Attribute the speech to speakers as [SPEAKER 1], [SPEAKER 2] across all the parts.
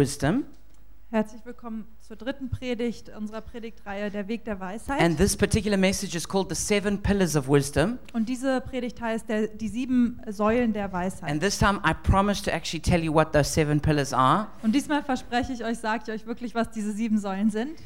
[SPEAKER 1] wisdom.
[SPEAKER 2] Herzlich willkommen zur dritten Predigt unserer Predigtreihe Der Weg der
[SPEAKER 1] And
[SPEAKER 2] Weisheit.
[SPEAKER 1] this particular message is called The Seven Pillars of Wisdom.
[SPEAKER 2] Und diese Predigt heißt der, Die sieben Säulen der Weisheit.
[SPEAKER 1] And this time I promise to actually tell you what those seven pillars are.
[SPEAKER 2] Und diesmal verspreche ich euch, sage ich euch wirklich, was diese sieben Säulen sind.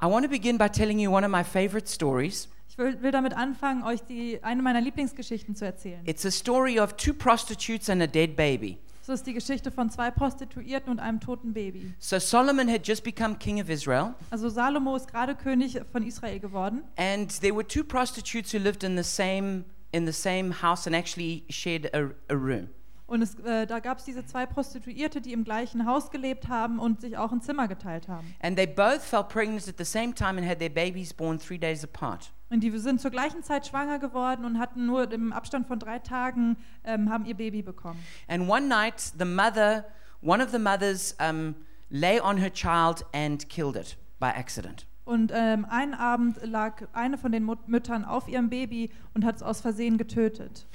[SPEAKER 1] I want to begin by telling you one of my favorite stories.
[SPEAKER 2] Ich will, will damit anfangen, euch die, eine meiner Lieblingsgeschichten zu erzählen.
[SPEAKER 1] It's a story of two prostitutes and a dead baby.
[SPEAKER 2] So ist die Geschichte von zwei Prostituierten und einem toten Baby.
[SPEAKER 1] So Solomon had just become king of Israel,
[SPEAKER 2] Also Salomo ist gerade König von Israel geworden.
[SPEAKER 1] and there were two prostitutes who lived in the same in the same house and actually shared a, a room.
[SPEAKER 2] Und es, äh, da gab es diese zwei Prostituierte, die im gleichen Haus gelebt haben und sich auch ein Zimmer geteilt haben.
[SPEAKER 1] And they both fell pregnant at the same time and had their babies born three days apart.
[SPEAKER 2] Und die sind zur gleichen Zeit schwanger geworden und hatten nur im Abstand von drei Tagen ähm, haben ihr Baby bekommen.
[SPEAKER 1] And one night, the mother, one of the mothers, um, lay on her child and killed it by accident.
[SPEAKER 2] Und ähm, einen Abend lag eine von den Mut Müttern auf ihrem Baby und hat es aus Versehen getötet.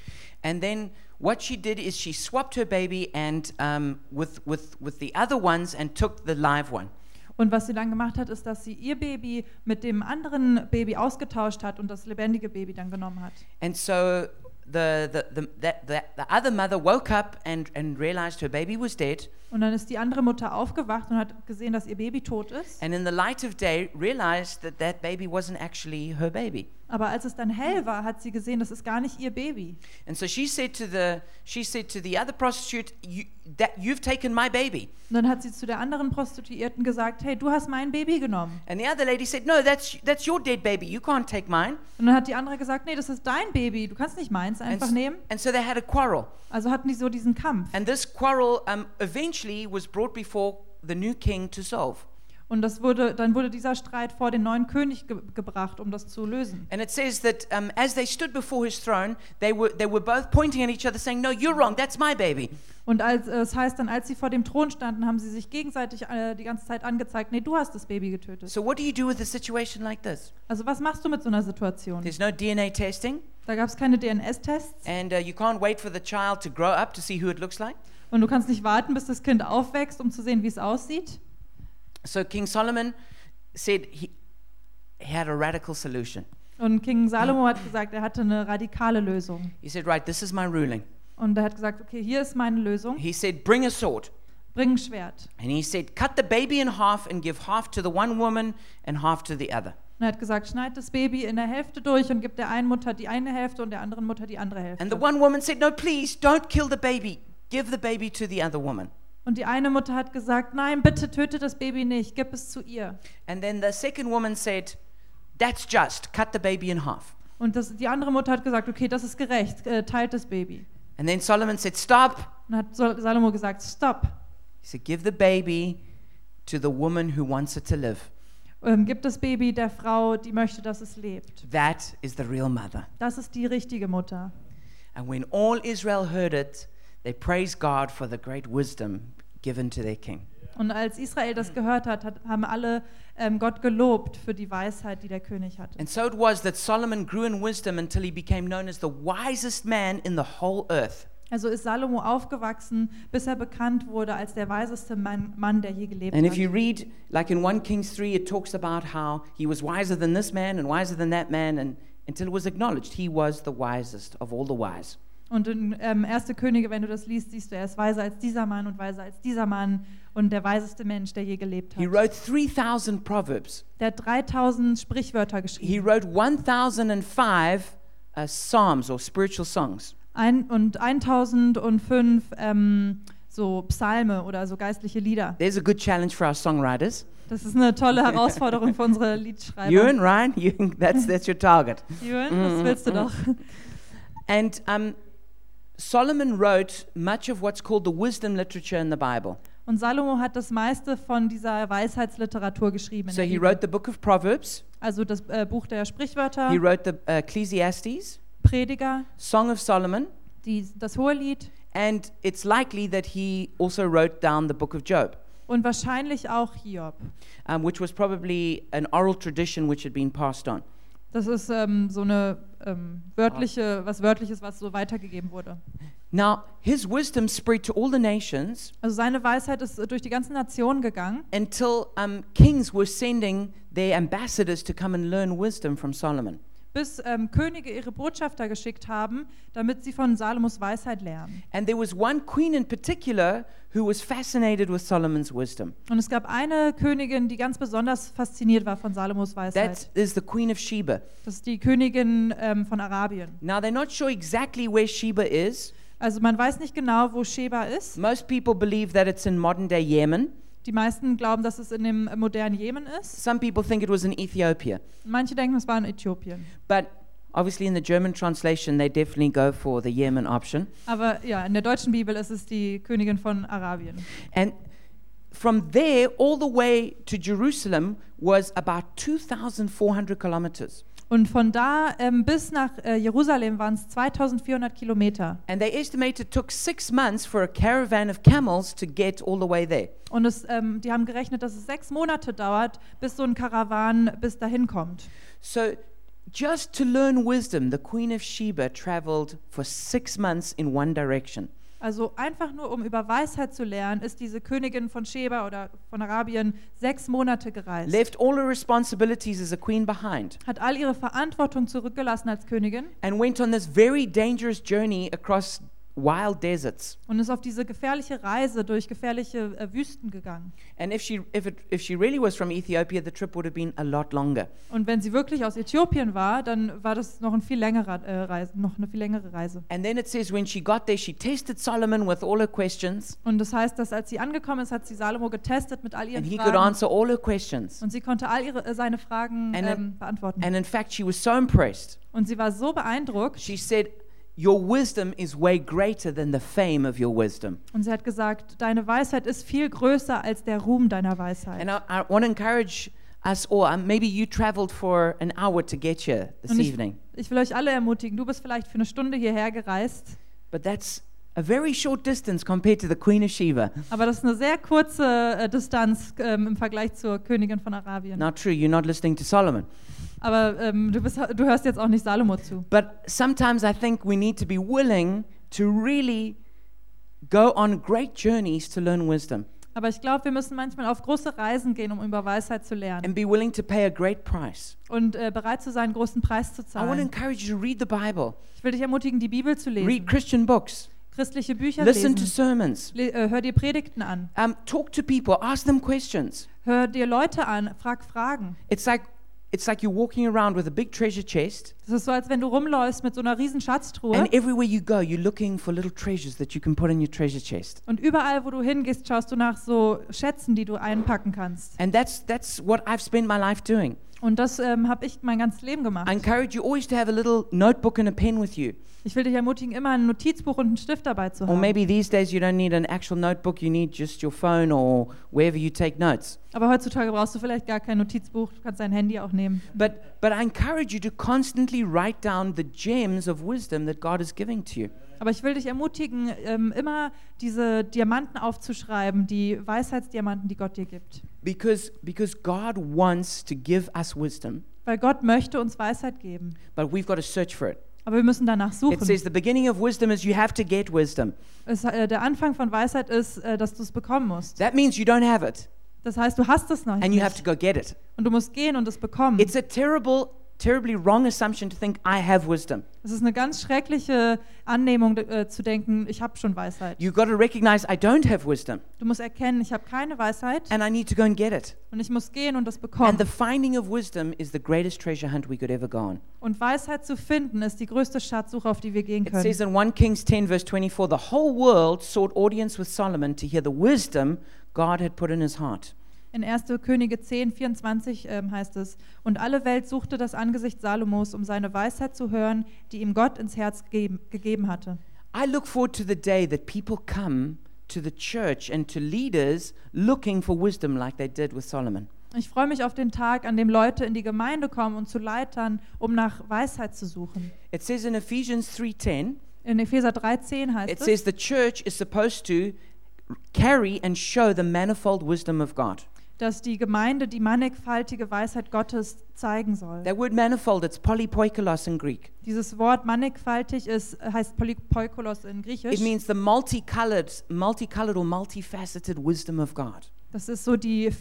[SPEAKER 1] And then what she did is she swapped her baby and um, with, with, with the other ones and took the live one.
[SPEAKER 2] Und was sie dann gemacht hat, ist, dass sie ihr Baby mit dem anderen Baby ausgetauscht hat und das lebendige Baby dann genommen hat.
[SPEAKER 1] And so the, the, the, that, that, the other mother woke up and, and realized her baby was dead.
[SPEAKER 2] Und dann ist die andere Mutter aufgewacht und hat gesehen, dass ihr Baby tot ist.
[SPEAKER 1] And in the light of day, realized that that baby wasn't actually her baby.
[SPEAKER 2] Aber als es dann hell war, hat sie gesehen, das ist gar nicht ihr Baby.
[SPEAKER 1] And so she said to the, she said to the other prostitute, you, that, You've taken my baby.
[SPEAKER 2] Und dann hat sie zu der anderen Prostituierten gesagt, hey, du hast mein Baby genommen.
[SPEAKER 1] And the other lady said, No, that's, that's your dead baby. You can't take mine.
[SPEAKER 2] Und dann hat die andere gesagt, nee, das ist dein Baby, du kannst nicht meins
[SPEAKER 1] And,
[SPEAKER 2] einfach
[SPEAKER 1] s-
[SPEAKER 2] nehmen.
[SPEAKER 1] and so they had a quarrel.
[SPEAKER 2] Also hatten die so diesen Kampf.
[SPEAKER 1] And this quarrel um, eventually was brought before the new king to solve.
[SPEAKER 2] Und das wurde, dann wurde dieser Streit vor den neuen König ge gebracht, um das zu lösen.
[SPEAKER 1] And it says that um, as they stood before his throne, they were, they were both pointing at each other, saying, No, you're wrong. That's my baby.
[SPEAKER 2] Und als, äh, das heißt dann, als sie vor dem Thron standen, haben sie sich gegenseitig äh, die ganze Zeit angezeigt, nee, du hast das Baby getötet.
[SPEAKER 1] So, what do you do with a situation like this?
[SPEAKER 2] Also was machst du mit so einer Situation?
[SPEAKER 1] There's no DNA testing,
[SPEAKER 2] Da gab es keine DNS-Tests
[SPEAKER 1] and uh, you can't wait for the child to grow up to see who it looks like.
[SPEAKER 2] und du kannst nicht warten, bis das Kind aufwächst, um zu sehen, wie es aussieht.
[SPEAKER 1] So, King Solomon said he, he had a radical solution.
[SPEAKER 2] Und King Salomo hat gesagt, er hatte eine radikale Lösung.
[SPEAKER 1] He said, Right, this is my ruling.
[SPEAKER 2] Und er hat gesagt, okay, hier ist meine Lösung,
[SPEAKER 1] He said, Bring a sword.
[SPEAKER 2] bring ein Schwert.
[SPEAKER 1] And he said, Cut the baby in half and give half to the one woman and half to the other.
[SPEAKER 2] Und er hat gesagt, schneid das Baby in der Hälfte durch und gib der einen Mutter die eine Hälfte und der anderen Mutter die andere
[SPEAKER 1] And the
[SPEAKER 2] Hälfte.
[SPEAKER 1] one woman said, No, please don't kill the baby. Give the baby to the other woman.
[SPEAKER 2] Und die eine Mutter hat gesagt, nein, bitte töte das Baby nicht, gib es zu ihr.
[SPEAKER 1] And then the second woman said, That's just. Cut the baby in half.
[SPEAKER 2] Und das, die andere Mutter hat gesagt, okay, das ist gerecht, äh, teilt das Baby.
[SPEAKER 1] And then Solomon said, Stop.
[SPEAKER 2] Und hat Sol- Salomo gesagt, stopp,
[SPEAKER 1] He said, Give the baby to the woman who wants it to live.
[SPEAKER 2] ähm, gib das Baby der Frau, die möchte, dass es lebt.
[SPEAKER 1] That is the real mother.
[SPEAKER 2] Das ist die richtige Mutter.
[SPEAKER 1] And when all Israel heard it, they praised God for the great wisdom given to their king.
[SPEAKER 2] Und als Israel das gehört hat, hat haben alle ähm, Gott gelobt für die Weisheit, die der König hatte.
[SPEAKER 1] And so it was that Solomon grew in wisdom until he became known as the wisest man in the whole earth.
[SPEAKER 2] Also ist Salomo aufgewachsen, bis er bekannt wurde als der weiseste Mann, Mann der je gelebt
[SPEAKER 1] And if you
[SPEAKER 2] hat.
[SPEAKER 1] read, like in 1 Kings 3, it talks about how he was wiser than this man and wiser than that man, and until it was acknowledged he was the wisest of all the wise.
[SPEAKER 2] Und in ähm, 1. Könige, wenn du das liest, siehst du, er ist weiser als dieser Mann und weiser als dieser Mann und der weiseste Mensch, der je gelebt
[SPEAKER 1] He
[SPEAKER 2] hat.
[SPEAKER 1] wrote 3,000 proverbs,
[SPEAKER 2] Der hat 3000 Sprichwörter
[SPEAKER 1] he
[SPEAKER 2] geschrieben
[SPEAKER 1] wrote 1,005 uh, psalms or spiritual songs.
[SPEAKER 2] Ein, und 1005 ähm, so Psalme oder so geistliche Lieder.
[SPEAKER 1] There's a good challenge for our songwriters.
[SPEAKER 2] Das ist eine tolle Herausforderung für unsere Liedschreiber.
[SPEAKER 1] Ewan, Ryan, you, that's, that's your target.
[SPEAKER 2] Jürgen,
[SPEAKER 1] Mhm,
[SPEAKER 2] das willst du doch.
[SPEAKER 1] And um, Solomon wrote much of what's called the wisdom literature in the Bible.
[SPEAKER 2] Und Salomo hat das meiste von dieser Weisheitsliteratur geschrieben. in
[SPEAKER 1] So
[SPEAKER 2] der
[SPEAKER 1] he
[SPEAKER 2] Bibel.
[SPEAKER 1] wrote the book of Proverbs,
[SPEAKER 2] also das äh, Buch der Sprichwörter,
[SPEAKER 1] he wrote the uh, Ecclesiastes,
[SPEAKER 2] Prediger,
[SPEAKER 1] Song of Solomon,
[SPEAKER 2] die, das Hohelied
[SPEAKER 1] and it's likely that he also wrote down the book of Job,
[SPEAKER 2] und wahrscheinlich auch Hiob.
[SPEAKER 1] um, which was probably an oral tradition which had been passed on.
[SPEAKER 2] Das ist ähm, so eine ähm, wörtliche, was wörtliches, was so weitergegeben wurde.
[SPEAKER 1] Now, his wisdom spread to all the nations
[SPEAKER 2] Also seine Weisheit ist äh, durch die ganzen Nationen gegangen,
[SPEAKER 1] until um, kings were sending their ambassadors to come and learn wisdom from Solomon.
[SPEAKER 2] bis ähm, Könige ihre Botschafter geschickt haben, damit sie von Salomos Weisheit lernen.
[SPEAKER 1] And there was one queen in particular who was fascinated with Solomon's wisdom.
[SPEAKER 2] Und es gab eine Königin, die ganz besonders fasziniert war von Salomos
[SPEAKER 1] That
[SPEAKER 2] Weisheit.
[SPEAKER 1] is the Queen of Sheba.
[SPEAKER 2] Das ist die Königin ähm, von Arabien.
[SPEAKER 1] Now, they're not sure exactly where Sheba is.
[SPEAKER 2] Also man weiß nicht genau, wo Sheba ist.
[SPEAKER 1] Most people believe that it's in modern day Yemen.
[SPEAKER 2] Die meisten glauben, dass es in dem äh, modernen Jemen ist.
[SPEAKER 1] Some people think it was in Ethiopia.
[SPEAKER 2] Manche denken, es war in Äthiopien.
[SPEAKER 1] But obviously, in the German translation, they definitely go for the Yemen option.
[SPEAKER 2] Aber ja, in der deutschen Bibel ist es die Königin von Arabien.
[SPEAKER 1] And from there all the way to Jerusalem was about 2,400 kilometers.
[SPEAKER 2] Und von da ähm, bis nach äh, Jerusalem waren es 2400 Kilometer.
[SPEAKER 1] And they estimate it took six months for a caravan of camels to get all the way there.
[SPEAKER 2] Und es, ähm, die haben gerechnet, dass es sechs Monate dauert, bis so ein Karawan bis dahin kommt.
[SPEAKER 1] So, just to learn wisdom, the Queen of Sheba traveled for six months in one direction.
[SPEAKER 2] Also einfach nur, um über Weisheit zu lernen, ist diese Königin von Sheba oder von Arabien sechs Monate gereist.
[SPEAKER 1] Left all her responsibilities as a queen behind
[SPEAKER 2] hat all ihre Verantwortung zurückgelassen als Königin
[SPEAKER 1] and went on this very dangerous journey across wild deserts.
[SPEAKER 2] und ist auf diese gefährliche Reise durch gefährliche äh, Wüsten gegangen.
[SPEAKER 1] And if she, if, it, if she really was from Ethiopia, the trip would have been a lot longer.
[SPEAKER 2] Und wenn sie wirklich aus Äthiopien war, dann war das noch, ein viel längerer, äh, Reise, noch eine viel längere Reise.
[SPEAKER 1] And then it says when she got there, she tested Solomon with all her questions,
[SPEAKER 2] Und das heißt, dass als sie angekommen ist, hat sie Salomo getestet mit all ihren
[SPEAKER 1] and he could
[SPEAKER 2] Fragen.
[SPEAKER 1] answer all her questions.
[SPEAKER 2] Und sie konnte all ihre, äh, seine Fragen
[SPEAKER 1] And
[SPEAKER 2] ähm, beantworten.
[SPEAKER 1] And in fact, she was so impressed.
[SPEAKER 2] Und sie war so beeindruckt
[SPEAKER 1] She said, Your wisdom is way greater than the fame of your wisdom.
[SPEAKER 2] und sie hat gesagt, deine Weisheit ist viel größer als der Ruhm deiner
[SPEAKER 1] And
[SPEAKER 2] Weisheit.
[SPEAKER 1] I, I want to encourage us all. Um, maybe you traveled for an hour to get here this
[SPEAKER 2] Und ich,
[SPEAKER 1] evening,
[SPEAKER 2] ich will euch alle ermutigen, du bist vielleicht für eine Stunde hierher gereist,
[SPEAKER 1] but that's a very short distance compared to the Queen of Sheba.
[SPEAKER 2] aber das ist eine sehr kurze äh, Distanz ähm, im Vergleich zur Königin von Arabien.
[SPEAKER 1] Not true, you're not listening to Solomon.
[SPEAKER 2] Aber ähm, du, bist, du hörst jetzt auch nicht Salomo zu.
[SPEAKER 1] But sometimes I think we need to be willing to really go on great journeys to learn wisdom
[SPEAKER 2] Aber ich glaube, wir müssen manchmal auf große Reisen gehen, um über Weisheit zu lernen
[SPEAKER 1] and be willing to pay a great price.
[SPEAKER 2] und äh, bereit zu sein, großen Preis
[SPEAKER 1] I
[SPEAKER 2] zu
[SPEAKER 1] want to
[SPEAKER 2] zahlen.
[SPEAKER 1] encourage you to read the Bible,
[SPEAKER 2] Ich will dich ermutigen, die Bibel zu
[SPEAKER 1] read
[SPEAKER 2] lesen,
[SPEAKER 1] Christian books,
[SPEAKER 2] christliche Bücher
[SPEAKER 1] listen to
[SPEAKER 2] lesen,
[SPEAKER 1] sermons,
[SPEAKER 2] le äh, hör dir Predigten an.
[SPEAKER 1] um, talk to people, ask them questions.
[SPEAKER 2] Hör dir Leute an, frag Fragen.
[SPEAKER 1] It's like it's like you're walking around with a big treasure chest,
[SPEAKER 2] Das ist so, als wenn du rumläufst mit so einer riesen Schatztruhe
[SPEAKER 1] and everywhere you go, you're looking for little treasures that you can put in your treasure chest.
[SPEAKER 2] und überall, wo du hingehst, schaust du nach so Schätzen, die du einpacken kannst.
[SPEAKER 1] And that's that's what I've spent my life doing.
[SPEAKER 2] Und das ähm, habe ich mein ganzes Leben
[SPEAKER 1] I
[SPEAKER 2] gemacht.
[SPEAKER 1] encourage you always to have a little notebook and a pen with you.
[SPEAKER 2] Ich will dich ermutigen, immer ein Notizbuch und einen Stift dabei zu
[SPEAKER 1] Or
[SPEAKER 2] haben.
[SPEAKER 1] maybe these days you don't need an actual notebook, you need just your phone or wherever you take notes.
[SPEAKER 2] Aber heutzutage brauchst du vielleicht gar kein Notizbuch, du kannst dein Handy auch nehmen.
[SPEAKER 1] But, but I encourage you to constantly write down the gems of wisdom that God is giving to you.
[SPEAKER 2] Aber ich will dich ermutigen, ähm, immer diese Diamanten aufzuschreiben, die Weisheitsdiamanten, die Gott dir gibt.
[SPEAKER 1] Because, because God wants to give us wisdom,
[SPEAKER 2] Weil Gott möchte uns Weisheit geben.
[SPEAKER 1] but we've got to search for it.
[SPEAKER 2] Aber wir müssen danach
[SPEAKER 1] It
[SPEAKER 2] suchen.
[SPEAKER 1] says the beginning of wisdom is you have to get wisdom.
[SPEAKER 2] Es, äh, der Anfang von Weisheit ist, äh, dass du es bekommen musst.
[SPEAKER 1] That means you don't have it,
[SPEAKER 2] Das heißt, du hast es noch
[SPEAKER 1] and you have to
[SPEAKER 2] nicht
[SPEAKER 1] go get it.
[SPEAKER 2] und du musst gehen und es bekommen.
[SPEAKER 1] It's a terrible, terribly wrong assumption to think I have wisdom.
[SPEAKER 2] Es ist eine ganz schreckliche Annehmung äh, zu denken, ich habe schon Weisheit.
[SPEAKER 1] You've got to recognize I don't have wisdom,
[SPEAKER 2] Du musst erkennen, ich habe keine Weisheit
[SPEAKER 1] and I need to go and get it.
[SPEAKER 2] und ich muss gehen und das bekommen.
[SPEAKER 1] And the finding of wisdom is the greatest treasure hunt we could ever go on.
[SPEAKER 2] Und Weisheit zu finden ist die größte Schatzsuche, auf die wir gehen
[SPEAKER 1] It says
[SPEAKER 2] können.
[SPEAKER 1] in 1 Kings 10, verse 24, the whole world sought audience with Solomon to hear the wisdom God had put in his heart.
[SPEAKER 2] In 1. Könige 10, 24 ähm, heißt es, und alle Welt suchte das Angesicht Salomos, um seine Weisheit zu hören, die ihm Gott ins Herz gegeben, gegeben hatte.
[SPEAKER 1] I look forward to the day that people come to the church and to leaders looking for wisdom like they did with Solomon.
[SPEAKER 2] Ich freue mich auf den Tag, an dem Leute in die Gemeinde kommen und zu Leitern, um nach Weisheit zu suchen.
[SPEAKER 1] It says in Ephesians 3:10,
[SPEAKER 2] In Epheser 3,10 heißt
[SPEAKER 1] it
[SPEAKER 2] es,
[SPEAKER 1] says the church is supposed to carry and show the manifold wisdom of God.
[SPEAKER 2] dass die Gemeinde die mannigfaltige Weisheit Gottes zeigen soll.
[SPEAKER 1] That word manifold, it's polypoikolos in Greek.
[SPEAKER 2] Dieses Wort mannigfaltig ist, heißt polypoikolos in Griechisch.
[SPEAKER 1] It means the multicolored, multicolored or multifaceted wisdom of God.
[SPEAKER 2] Das ist so die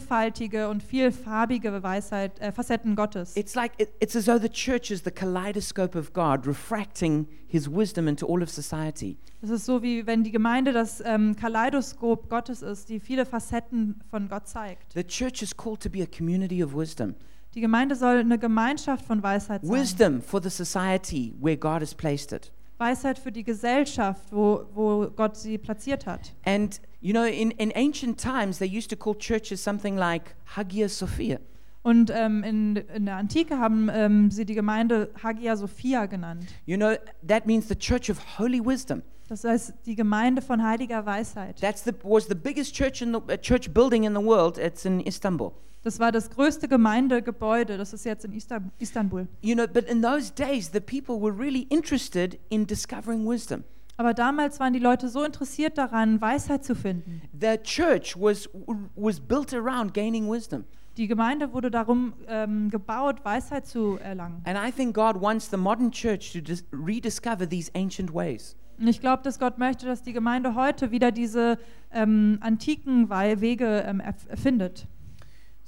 [SPEAKER 2] vielfaltige und vielfarbige Weisheit, äh, Facetten Gottes.
[SPEAKER 1] It's like it, it's as though the church is the kaleidoscope of God, refracting His wisdom into all of society.
[SPEAKER 2] Es ist so, wie wenn die Gemeinde das ähm, Kaleidoskop Gottes ist, die viele Facetten von Gott zeigt.
[SPEAKER 1] The church is called to be a community of wisdom,
[SPEAKER 2] Die Gemeinde soll eine Gemeinschaft von Weisheit sein.
[SPEAKER 1] wisdom for the society where God has placed it.
[SPEAKER 2] Weisheit für die Gesellschaft, wo, wo Gott sie platziert hat.
[SPEAKER 1] And you know, in, in ancient times, they used to call churches something like Hagia Sophia.
[SPEAKER 2] Und ähm, in, in der Antike haben ähm, sie die Gemeinde Hagia Sophia genannt.
[SPEAKER 1] You know, that means the church of holy wisdom.
[SPEAKER 2] Das heißt, die Gemeinde von heiliger Weisheit.
[SPEAKER 1] That's the was the biggest church in the uh, church building in the world. It's in Istanbul.
[SPEAKER 2] Das war das größte Gemeindegebäude, das ist jetzt in Istan- Istanbul.
[SPEAKER 1] You know, but in those days, the people were really interested in discovering wisdom.
[SPEAKER 2] Aber damals waren die Leute so interessiert daran, Weisheit zu finden.
[SPEAKER 1] The church was was built around gaining wisdom,
[SPEAKER 2] Die Gemeinde wurde darum ähm, gebaut, Weisheit zu erlangen.
[SPEAKER 1] and I think God wants the modern church to dis- rediscover these ancient ways.
[SPEAKER 2] Und ich glaube, dass Gott möchte, dass die Gemeinde heute wieder diese ähm, antiken Wei- Wege ähm, erf- erfindet.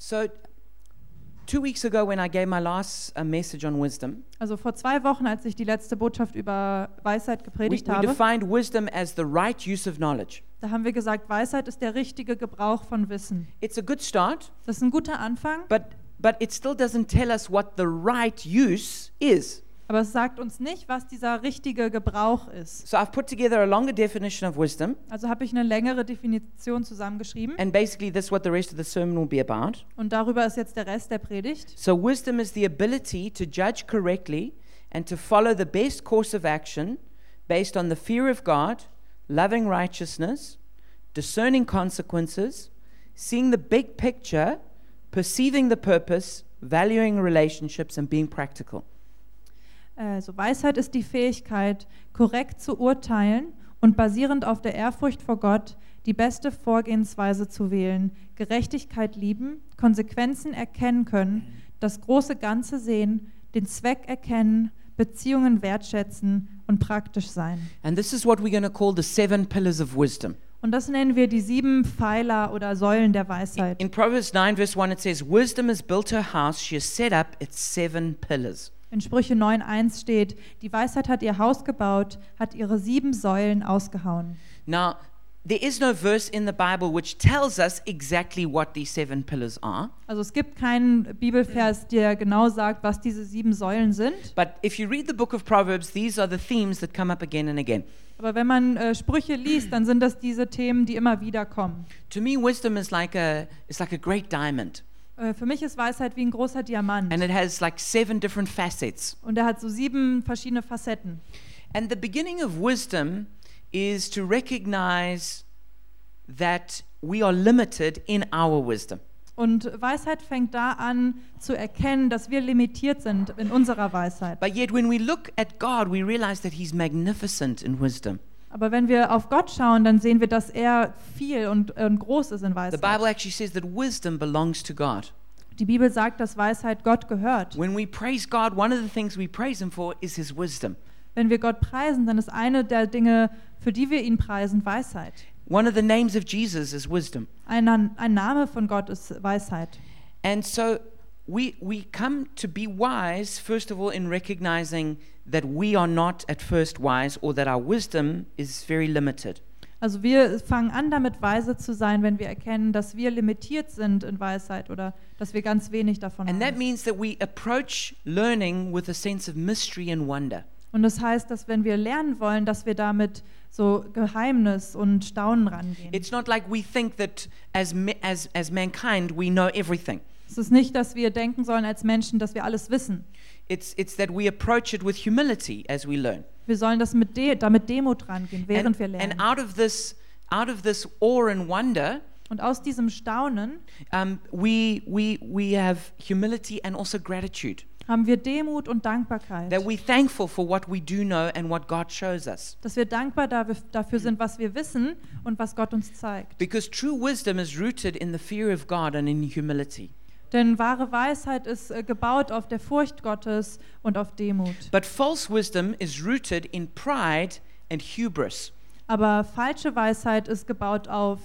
[SPEAKER 1] So, two weeks ago, when I gave my last uh, message on wisdom,
[SPEAKER 2] Also vor zwei Wochen, als ich die letzte Botschaft über Weisheit
[SPEAKER 1] we, we
[SPEAKER 2] gepredigt habe,
[SPEAKER 1] defined wisdom as the right use of knowledge.
[SPEAKER 2] da haben wir gesagt, Weisheit ist der richtige Gebrauch von Wissen.
[SPEAKER 1] It's a good start,
[SPEAKER 2] Das ist ein guter Anfang,
[SPEAKER 1] but but it still doesn't tell us what the right use is.
[SPEAKER 2] aber es sagt uns nicht, was dieser richtige Gebrauch ist.
[SPEAKER 1] So I've put together a longer definition of wisdom,
[SPEAKER 2] Also habe ich eine längere Definition zusammengeschrieben
[SPEAKER 1] and basically this is what the rest of the sermon will be about.
[SPEAKER 2] und darüber ist jetzt der Rest der Predigt.
[SPEAKER 1] So wisdom is the ability to judge correctly and to follow the best course of action based on the fear of God, loving righteousness, discerning consequences, seeing the big picture, perceiving the purpose, valuing relationships and being practical.
[SPEAKER 2] Also Weisheit ist die Fähigkeit, korrekt zu urteilen und basierend auf der Ehrfurcht vor Gott die beste Vorgehensweise zu wählen, Gerechtigkeit lieben, Konsequenzen erkennen können, das große Ganze sehen, den Zweck erkennen, Beziehungen wertschätzen und praktisch sein.
[SPEAKER 1] And this is what we're going to call the seven pillars of wisdom.
[SPEAKER 2] Und das nennen wir die sieben Pfeiler oder Säulen der Weisheit.
[SPEAKER 1] In Proverbs 9, verse 1, it says, Wisdom has built her house, she has set up its seven pillars.
[SPEAKER 2] In Sprüche 9.1 steht, die Weisheit hat ihr Haus gebaut, hat ihre sieben Säulen ausgehauen.
[SPEAKER 1] Now, there is no verse in the Bible which tells us exactly what these seven pillars are.
[SPEAKER 2] Also es gibt keinen Bibelvers, der genau sagt, was diese sieben Säulen sind.
[SPEAKER 1] But if you read the book of Proverbs, these are the themes that come up again and again.
[SPEAKER 2] Aber wenn man äh, Sprüche liest, dann sind das diese Themen, die immer wieder kommen.
[SPEAKER 1] To me, wisdom is like a, it's like a great diamond,
[SPEAKER 2] Äh, für mich ist Weisheit wie ein großer Diamant.
[SPEAKER 1] and it has like seven different facets.
[SPEAKER 2] Und er hat so sieben verschiedene Facetten.
[SPEAKER 1] And the beginning of wisdom is to recognize that we are limited in our wisdom.
[SPEAKER 2] Und Weisheit fängt da an zu erkennen, dass wir limitiert sind in unserer Weisheit.
[SPEAKER 1] But yet, when we look at God, we realize that He's magnificent in wisdom.
[SPEAKER 2] Aber wenn wir auf Gott schauen, dann sehen wir, dass er viel und, äh, und groß ist in
[SPEAKER 1] The
[SPEAKER 2] Weisheit.
[SPEAKER 1] Bible actually says that wisdom belongs to God.
[SPEAKER 2] Die Bibel sagt, dass Weisheit Gott gehört.
[SPEAKER 1] When we praise God, one of the things we praise Him for is His wisdom.
[SPEAKER 2] Wenn wir Gott preisen, dann ist eine der Dinge, für die wir ihn preisen, Weisheit.
[SPEAKER 1] One of the names of Jesus is wisdom.
[SPEAKER 2] Ein, Nan- ein Name von Gott ist Weisheit.
[SPEAKER 1] And so we, we come to be wise, first of all, in recognizing that we are not at first wise or that our wisdom is very limited.
[SPEAKER 2] Also wir fangen an, damit weise zu sein, wenn wir erkennen, dass wir limitiert sind in Weisheit oder dass wir ganz wenig davon
[SPEAKER 1] And that
[SPEAKER 2] haben.
[SPEAKER 1] means that we approach learning with a sense of mystery and wonder.
[SPEAKER 2] Und das heißt, dass wenn wir lernen wollen, dass wir damit so Geheimnis und Staunen rangehen.
[SPEAKER 1] It's not like we think that as, ma- as, as mankind we know everything.
[SPEAKER 2] es ist nicht, dass wir denken sollen als Menschen, dass wir alles wissen.
[SPEAKER 1] It's, it's that we approach it with humility as we learn.
[SPEAKER 2] Wir sollen das mit De damit Demut rangehen, während
[SPEAKER 1] And,
[SPEAKER 2] wir
[SPEAKER 1] and
[SPEAKER 2] lernen.
[SPEAKER 1] out of this, out of this awe and wonder,
[SPEAKER 2] Und aus diesem Staunen
[SPEAKER 1] um, we, we, we have humility and also gratitude.
[SPEAKER 2] haben wir Demut und Dankbarkeit,
[SPEAKER 1] that we're thankful for what we do know and what God shows us.
[SPEAKER 2] dass wir dankbar dafür- dafür sind, was wir wissen und was Gott uns zeigt.
[SPEAKER 1] Because true wisdom is rooted in the fear of God and in humility.
[SPEAKER 2] Denn wahre Weisheit ist äh, gebaut auf der Furcht Gottes und auf Demut.
[SPEAKER 1] But false wisdom is rooted in pride and hubris.
[SPEAKER 2] Aber falsche Weisheit ist gebaut auf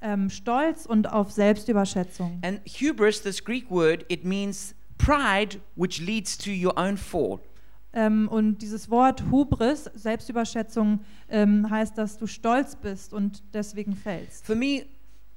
[SPEAKER 2] ähm, Stolz und auf Selbstüberschätzung.
[SPEAKER 1] And hubris, this Greek word, it means pride which leads to your own fall.
[SPEAKER 2] Ähm, und dieses Wort Hubris, Selbstüberschätzung, ähm, heißt, dass du stolz bist und deswegen fällst.
[SPEAKER 1] For me,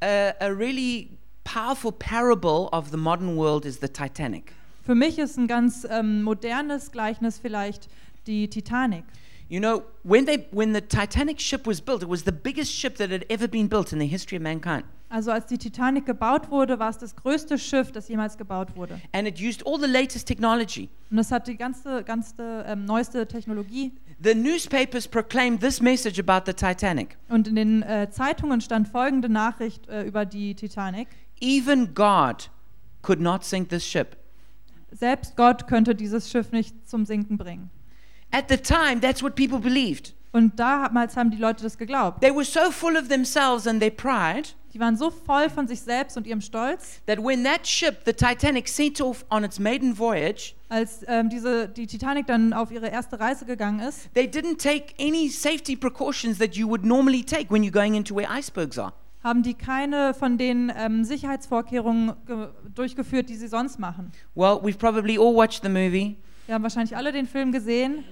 [SPEAKER 1] uh, a really powerful parable of the modern world is the Titanic.
[SPEAKER 2] Für mich ist ein ganz ähm, modernes Gleichnis vielleicht die Titanic.
[SPEAKER 1] You know, when, they, when the Titanic ship was built, it was the biggest ship that had ever been built in the history of mankind.
[SPEAKER 2] Also als die Titanic gebaut wurde, war es das größte Schiff, das jemals gebaut wurde.
[SPEAKER 1] And it used all the latest technology.
[SPEAKER 2] Und es hat die ganze, ganze ähm, neueste Technologie.
[SPEAKER 1] The newspapers proclaimed this message about the Titanic
[SPEAKER 2] Und in den äh, Zeitungen stand folgende Nachricht äh, über die Titanic.
[SPEAKER 1] Even God could not sink this ship.
[SPEAKER 2] Selbst Gott könnte dieses Schiff nicht zum Sinken bringen.
[SPEAKER 1] At the time, that's what people believed.
[SPEAKER 2] Und damals haben die Leute das geglaubt.
[SPEAKER 1] They were so full of themselves and their pride
[SPEAKER 2] Die waren so voll von sich selbst und ihrem Stolz,
[SPEAKER 1] that when that ship, the Titanic, set off on its maiden voyage,
[SPEAKER 2] als ähm, diese, die Titanic dann auf ihre erste Reise gegangen ist.
[SPEAKER 1] they didn't take any safety precautions that you would normally take when you're going into where icebergs are.
[SPEAKER 2] Haben die keine von den ähm, Sicherheitsvorkehrungen ge- durchgeführt, die sie sonst machen?
[SPEAKER 1] Well, we've probably all watched the movie,
[SPEAKER 2] Wir haben wahrscheinlich alle den Film gesehen,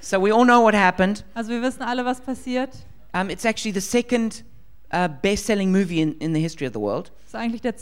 [SPEAKER 1] so we all know what happened.
[SPEAKER 2] also wir wissen alle, was passiert.
[SPEAKER 1] Um, it's actually the second uh, best selling movie in, in the history of the world.
[SPEAKER 2] Das ist eigentlich der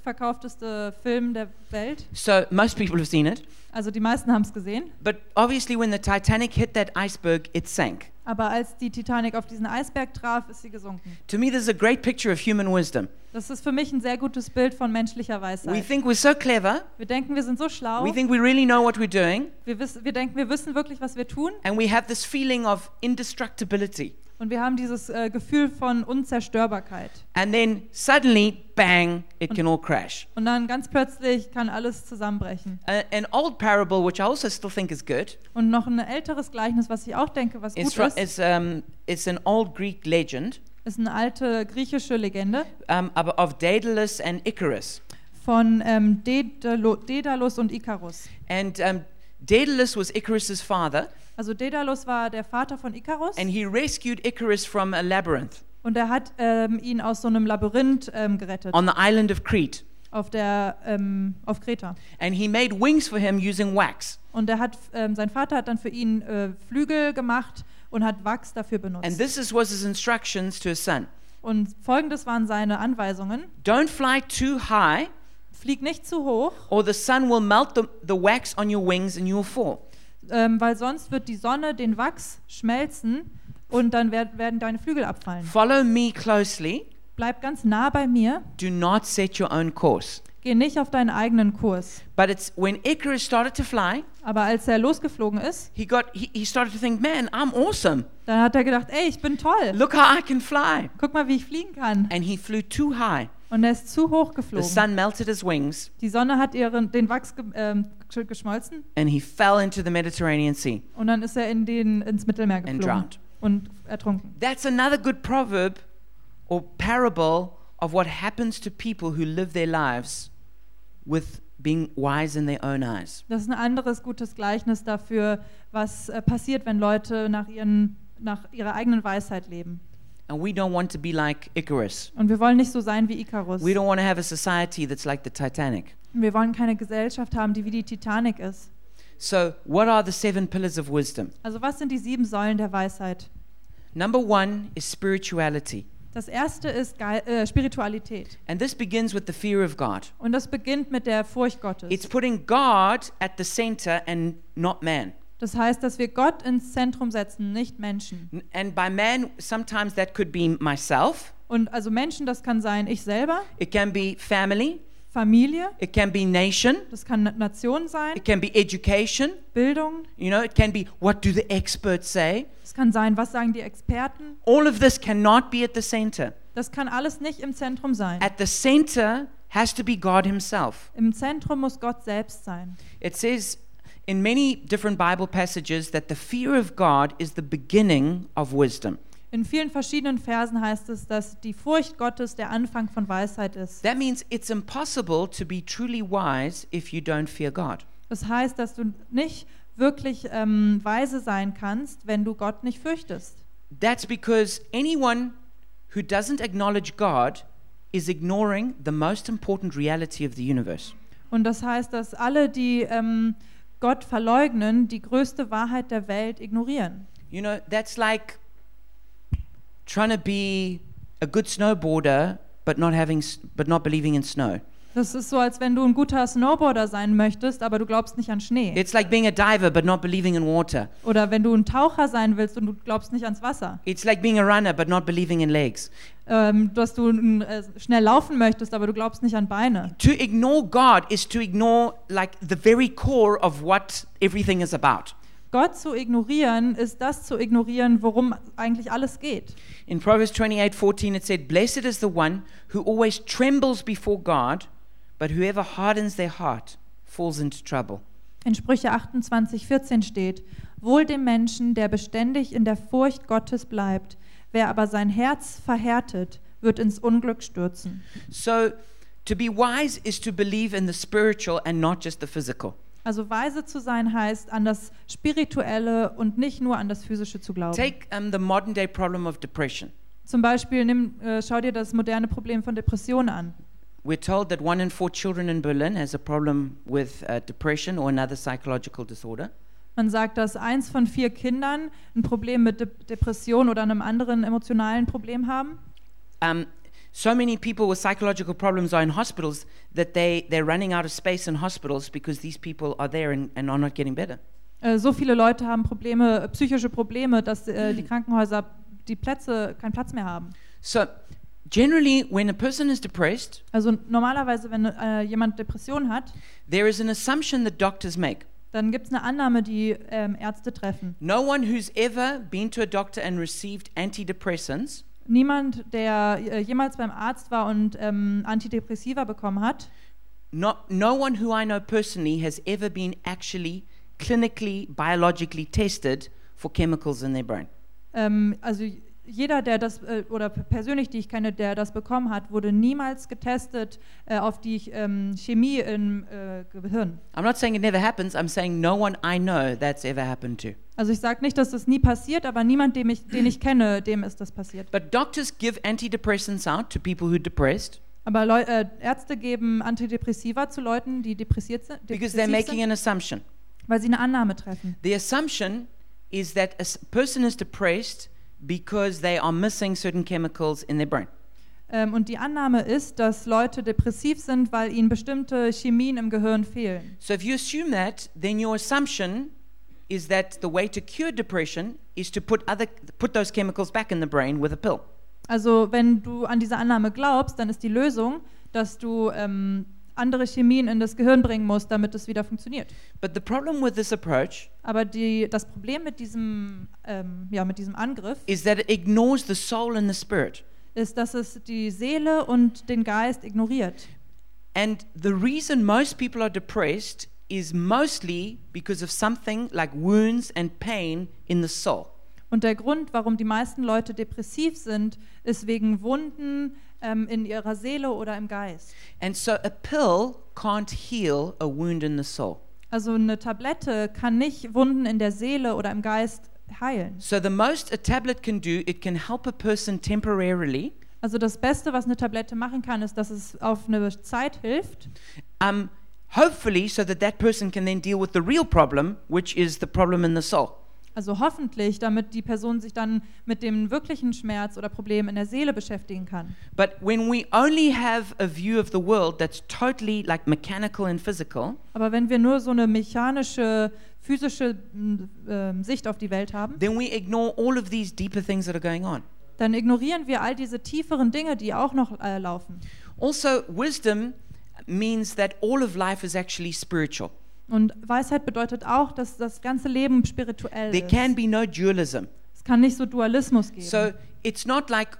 [SPEAKER 2] zweitbestverkaufteste Film der Welt.
[SPEAKER 1] So most people have seen it.
[SPEAKER 2] Also die meisten haben es gesehen.
[SPEAKER 1] But obviously, when the Titanic hit that iceberg, it sank.
[SPEAKER 2] Aber als die Titanic auf diesen Eisberg traf, ist sie gesunken.
[SPEAKER 1] To me, this is a great picture of human wisdom.
[SPEAKER 2] Das ist für mich ein sehr gutes Bild von menschlicher
[SPEAKER 1] We
[SPEAKER 2] Weisheit.
[SPEAKER 1] think we're so clever,
[SPEAKER 2] Wir denken, wir sind so schlau.
[SPEAKER 1] we think we really know what we're doing,
[SPEAKER 2] Wir, wissen, wir denken, wir wissen wirklich, was wir tun.
[SPEAKER 1] and we have this feeling of indestructibility.
[SPEAKER 2] Und wir haben dieses äh, Gefühl von Unzerstörbarkeit.
[SPEAKER 1] And then suddenly, bang, it can all crash.
[SPEAKER 2] Und dann ganz plötzlich kann alles zusammenbrechen.
[SPEAKER 1] A- an old parable, which I also still think is good,
[SPEAKER 2] Und noch ein älteres Gleichnis, was ich auch denke, was
[SPEAKER 1] is
[SPEAKER 2] gut
[SPEAKER 1] fro- is,
[SPEAKER 2] ist,
[SPEAKER 1] um, it's an old Greek legend
[SPEAKER 2] ist eine alte griechische Legende
[SPEAKER 1] um, ab- of Daedalus and Icarus.
[SPEAKER 2] von ähm, Daedalo, Daedalus und Ikarus.
[SPEAKER 1] And um, Daedalus was Icarus's father,
[SPEAKER 2] Also Daedalus war der Vater von Ikarus
[SPEAKER 1] and he rescued Icarus from a labyrinth
[SPEAKER 2] und er hat ähm, ihn aus so einem Labyrinth ähm, gerettet
[SPEAKER 1] on the island of Crete.
[SPEAKER 2] auf, der, ähm, auf Kreta.
[SPEAKER 1] And he made wings for him using wax.
[SPEAKER 2] Und er hat, ähm, sein Vater hat dann für ihn äh, Flügel gemacht und hat Wachs dafür benutzt.
[SPEAKER 1] And this is, was his instructions to his son
[SPEAKER 2] Und folgendes waren seine Anweisungen.
[SPEAKER 1] Don't fly too high,
[SPEAKER 2] Flieg nicht zu hoch,
[SPEAKER 1] or the sun will melt the, the wax on your wings and you'll fall.
[SPEAKER 2] ähm, weil sonst wird die Sonne den Wachs schmelzen und dann werd, werden deine Flügel abfallen.
[SPEAKER 1] Follow me closely.
[SPEAKER 2] Bleib ganz nah bei mir,
[SPEAKER 1] Do not set your own course.
[SPEAKER 2] geh nicht auf deinen eigenen Kurs.
[SPEAKER 1] But it's when Icarus started to fly,
[SPEAKER 2] Aber als er losgeflogen ist,
[SPEAKER 1] he got he, he started to think, man, I'm awesome.
[SPEAKER 2] dann hat er gedacht, ey, ich bin toll.
[SPEAKER 1] Look how I can fly.
[SPEAKER 2] Guck mal, wie ich fliegen kann.
[SPEAKER 1] And he flew too high.
[SPEAKER 2] Und er ist zu hoch
[SPEAKER 1] The
[SPEAKER 2] geflogen.
[SPEAKER 1] sun melted his wings
[SPEAKER 2] Die Sonne hat ihren, den Wachs ge, ähm, gesch- geschmolzen
[SPEAKER 1] and he fell into the Mediterranean Sea
[SPEAKER 2] und dann ist er in den, ins Mittelmeer
[SPEAKER 1] and
[SPEAKER 2] geflogen
[SPEAKER 1] drowned.
[SPEAKER 2] und ertrunken.
[SPEAKER 1] That's another good proverb or parable of what happens to people who live their lives with being wise in their own eyes.
[SPEAKER 2] Das ist ein anderes gutes Gleichnis dafür, was äh, passiert, wenn Leute nach, ihren, nach ihrer eigenen Weisheit leben.
[SPEAKER 1] And we don't want to be like Icarus.
[SPEAKER 2] Und wir wollen nicht so sein wie Ikarus.
[SPEAKER 1] We don't want to have a society that's like the Titanic.
[SPEAKER 2] Wir wollen keine Gesellschaft haben, die wie die Titanic ist.
[SPEAKER 1] So, what are the seven pillars of wisdom?
[SPEAKER 2] Also was sind die sieben Säulen der Weisheit?
[SPEAKER 1] Number one is spirituality.
[SPEAKER 2] Das erste ist Gei- äh, Spiritualität.
[SPEAKER 1] And this begins with the fear of God.
[SPEAKER 2] Und das beginnt mit der Furcht
[SPEAKER 1] It's
[SPEAKER 2] Gottes.
[SPEAKER 1] putting God at the center and not man.
[SPEAKER 2] Das heißt, dass wir Gott ins Zentrum setzen, nicht Menschen.
[SPEAKER 1] N- And by man, sometimes that could be myself,
[SPEAKER 2] Und also Menschen, das kann sein ich selber,
[SPEAKER 1] it can be family,
[SPEAKER 2] Familie,
[SPEAKER 1] it can be nation,
[SPEAKER 2] das kann Na- Nation sein,
[SPEAKER 1] it can be education,
[SPEAKER 2] Bildung,
[SPEAKER 1] you know, it can be what do the experts say.
[SPEAKER 2] das kann sein, was sagen die Experten.
[SPEAKER 1] All of this cannot be at the center.
[SPEAKER 2] Das kann alles nicht im Zentrum sein.
[SPEAKER 1] At the center has to be God Himself.
[SPEAKER 2] Im Zentrum muss Gott selbst sein.
[SPEAKER 1] It says in many different Bible passages that the fear of God is the beginning of wisdom.
[SPEAKER 2] In vielen verschiedenen Versen heißt es, dass die Furcht Gottes der Anfang von Weisheit ist.
[SPEAKER 1] That means it's impossible to be truly wise if you don't fear God.
[SPEAKER 2] Das heißt, dass du nicht wirklich ähm, weise sein kannst, wenn du Gott nicht fürchtest.
[SPEAKER 1] That's because anyone who doesn't acknowledge God is ignoring the most important reality of the universe.
[SPEAKER 2] Und das heißt, dass alle, die ähm, Gott verleugnen, die größte Wahrheit der Welt ignorieren.
[SPEAKER 1] You know, that's like trying to be a good snowboarder but not having s- but not believing in snow.
[SPEAKER 2] Das ist so, als wenn du ein guter Snowboarder sein möchtest, aber du glaubst nicht an Schnee.
[SPEAKER 1] It's like being a diver but not believing in water.
[SPEAKER 2] Oder wenn du ein Taucher sein willst und du glaubst nicht ans Wasser.
[SPEAKER 1] It's like being a runner but not believing in legs.
[SPEAKER 2] Ähm, dass du ein, äh, schnell laufen möchtest, aber du glaubst nicht an Beine.
[SPEAKER 1] To ignore God is to ignore like the very core of what everything is about.
[SPEAKER 2] Gott zu ignorieren, ist das zu ignorieren, worum eigentlich alles geht.
[SPEAKER 1] In Proverbs 28:14 it said, "Blessed is the one who always trembles before God, but whoever hardens their heart falls into trouble."
[SPEAKER 2] In Sprüche 28, 14 steht, Wohl dem Menschen, der beständig in der Furcht Gottes bleibt, wer aber sein Herz verhärtet, wird ins Unglück stürzen.
[SPEAKER 1] So to be wise is to believe in the spiritual and not just the physical.
[SPEAKER 2] Also weise zu sein heißt, an das Spirituelle und nicht nur an das Physische zu glauben.
[SPEAKER 1] Take um, the modern day problem of depression.
[SPEAKER 2] Zum Beispiel nimm, äh, schau dir das moderne Problem von Depressionen an.
[SPEAKER 1] We're told that one in four children in Berlin has a problem with uh, depression or another psychological disorder.
[SPEAKER 2] Man sagt, dass eins von vier Kindern ein Problem mit De Depression oder einem anderen emotionalen Problem haben.
[SPEAKER 1] Um, so many people with psychological problems are in hospitals that they, they're running out of space in hospitals because these people are there and, and are not getting better.
[SPEAKER 2] Äh, so viele Leute haben Probleme, äh, psychische Probleme, dass äh, die Krankenhäuser die Plätze, keinen Platz mehr haben.
[SPEAKER 1] So, generally, when a person is depressed,
[SPEAKER 2] Also normalerweise, wenn äh, jemand Depression hat,
[SPEAKER 1] there is an assumption that doctors make.
[SPEAKER 2] dann gibt es eine Annahme, die ähm, Ärzte treffen.
[SPEAKER 1] No one who's ever been to a doctor and received antidepressants
[SPEAKER 2] Niemand, der äh, jemals beim Arzt war und ähm, Antidepressiva bekommen hat,
[SPEAKER 1] Not, no one who I know personally has ever been actually clinically, biologically tested for chemicals in their brain.
[SPEAKER 2] ähm, also j- jeder, der das, äh, oder p- persönlich, die ich kenne, der das bekommen hat, wurde niemals getestet äh, auf die ähm, Chemie im äh, Gehirn.
[SPEAKER 1] I'm not saying it never happens, I'm saying no one I know that's ever happened to.
[SPEAKER 2] Also ich sage nicht, dass das nie passiert, aber niemand, dem ich, den ich kenne, dem ist das passiert.
[SPEAKER 1] But doctors give antidepressants out to people who are depressed
[SPEAKER 2] Aber Leu äh, Ärzte geben Antidepressiva zu Leuten, die depressiert sind,
[SPEAKER 1] because they're
[SPEAKER 2] depressiv
[SPEAKER 1] making
[SPEAKER 2] sind
[SPEAKER 1] an assumption.
[SPEAKER 2] weil sie eine Annahme treffen.
[SPEAKER 1] The assumption is that a s- person is depressed because they are missing certain chemicals in their brain.
[SPEAKER 2] Ähm, und die Annahme ist, dass Leute depressiv sind, weil ihnen bestimmte Chemien im Gehirn fehlen.
[SPEAKER 1] So if you assume that, then your assumption is that the way to cure depression is to put other put those chemicals back in the brain with a pill.
[SPEAKER 2] Also wenn du an diese Annahme glaubst, dann ist die Lösung, dass du ähm, andere Chemien in das Gehirn bringen musst, damit es wieder funktioniert.
[SPEAKER 1] But the problem with this approach
[SPEAKER 2] Aber die, das Problem mit diesem, ähm, ja, mit diesem Angriff
[SPEAKER 1] is that it ignores the soul and the spirit.
[SPEAKER 2] ist, dass es die Seele und den Geist ignoriert.
[SPEAKER 1] And the reason most people are depressed is mostly because of something like wounds and pain in the soul.
[SPEAKER 2] Und der Grund, warum die meisten Leute depressiv sind, ist wegen Wunden ähm, in ihrer Seele oder im Geist.
[SPEAKER 1] And so a pill can't heal a wound in the soul.
[SPEAKER 2] Also eine Tablette kann nicht Wunden in der Seele oder im Geist heilen.
[SPEAKER 1] So the most a tablet can do, it can help a person temporarily
[SPEAKER 2] Also das Beste, was eine Tablette machen kann, ist, dass es auf eine Zeit hilft,
[SPEAKER 1] um, hopefully so that that person can then deal with the real problem, which is the problem in the soul.
[SPEAKER 2] also hoffentlich, damit die Person sich dann mit dem wirklichen Schmerz oder Problem in der Seele beschäftigen kann.
[SPEAKER 1] But when we only have a view of the world that's totally like mechanical and physical,
[SPEAKER 2] Aber wenn wir nur so eine mechanische, physische m, ähm, Sicht auf die Welt haben,
[SPEAKER 1] then we ignore all of these deeper things that are going on.
[SPEAKER 2] dann ignorieren wir all diese tieferen Dinge, die auch noch äh, laufen.
[SPEAKER 1] Also, wisdom means that all of life is actually spiritual.
[SPEAKER 2] Und Weisheit bedeutet auch, dass das ganze Leben spirituell
[SPEAKER 1] There can
[SPEAKER 2] ist.
[SPEAKER 1] be no dualism.
[SPEAKER 2] Es kann nicht so Dualismus geben.
[SPEAKER 1] So, it's not like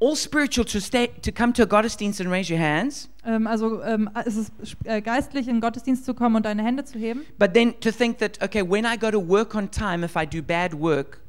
[SPEAKER 1] all spiritual to stay to come to a Gottesdienst and raise your hands,
[SPEAKER 2] Ähm, also ähm, es ist sp- äh, geistlich, in den Gottesdienst zu kommen und deine Hände zu heben.
[SPEAKER 1] but then to think that okay, when I go to work on time, if I do bad work,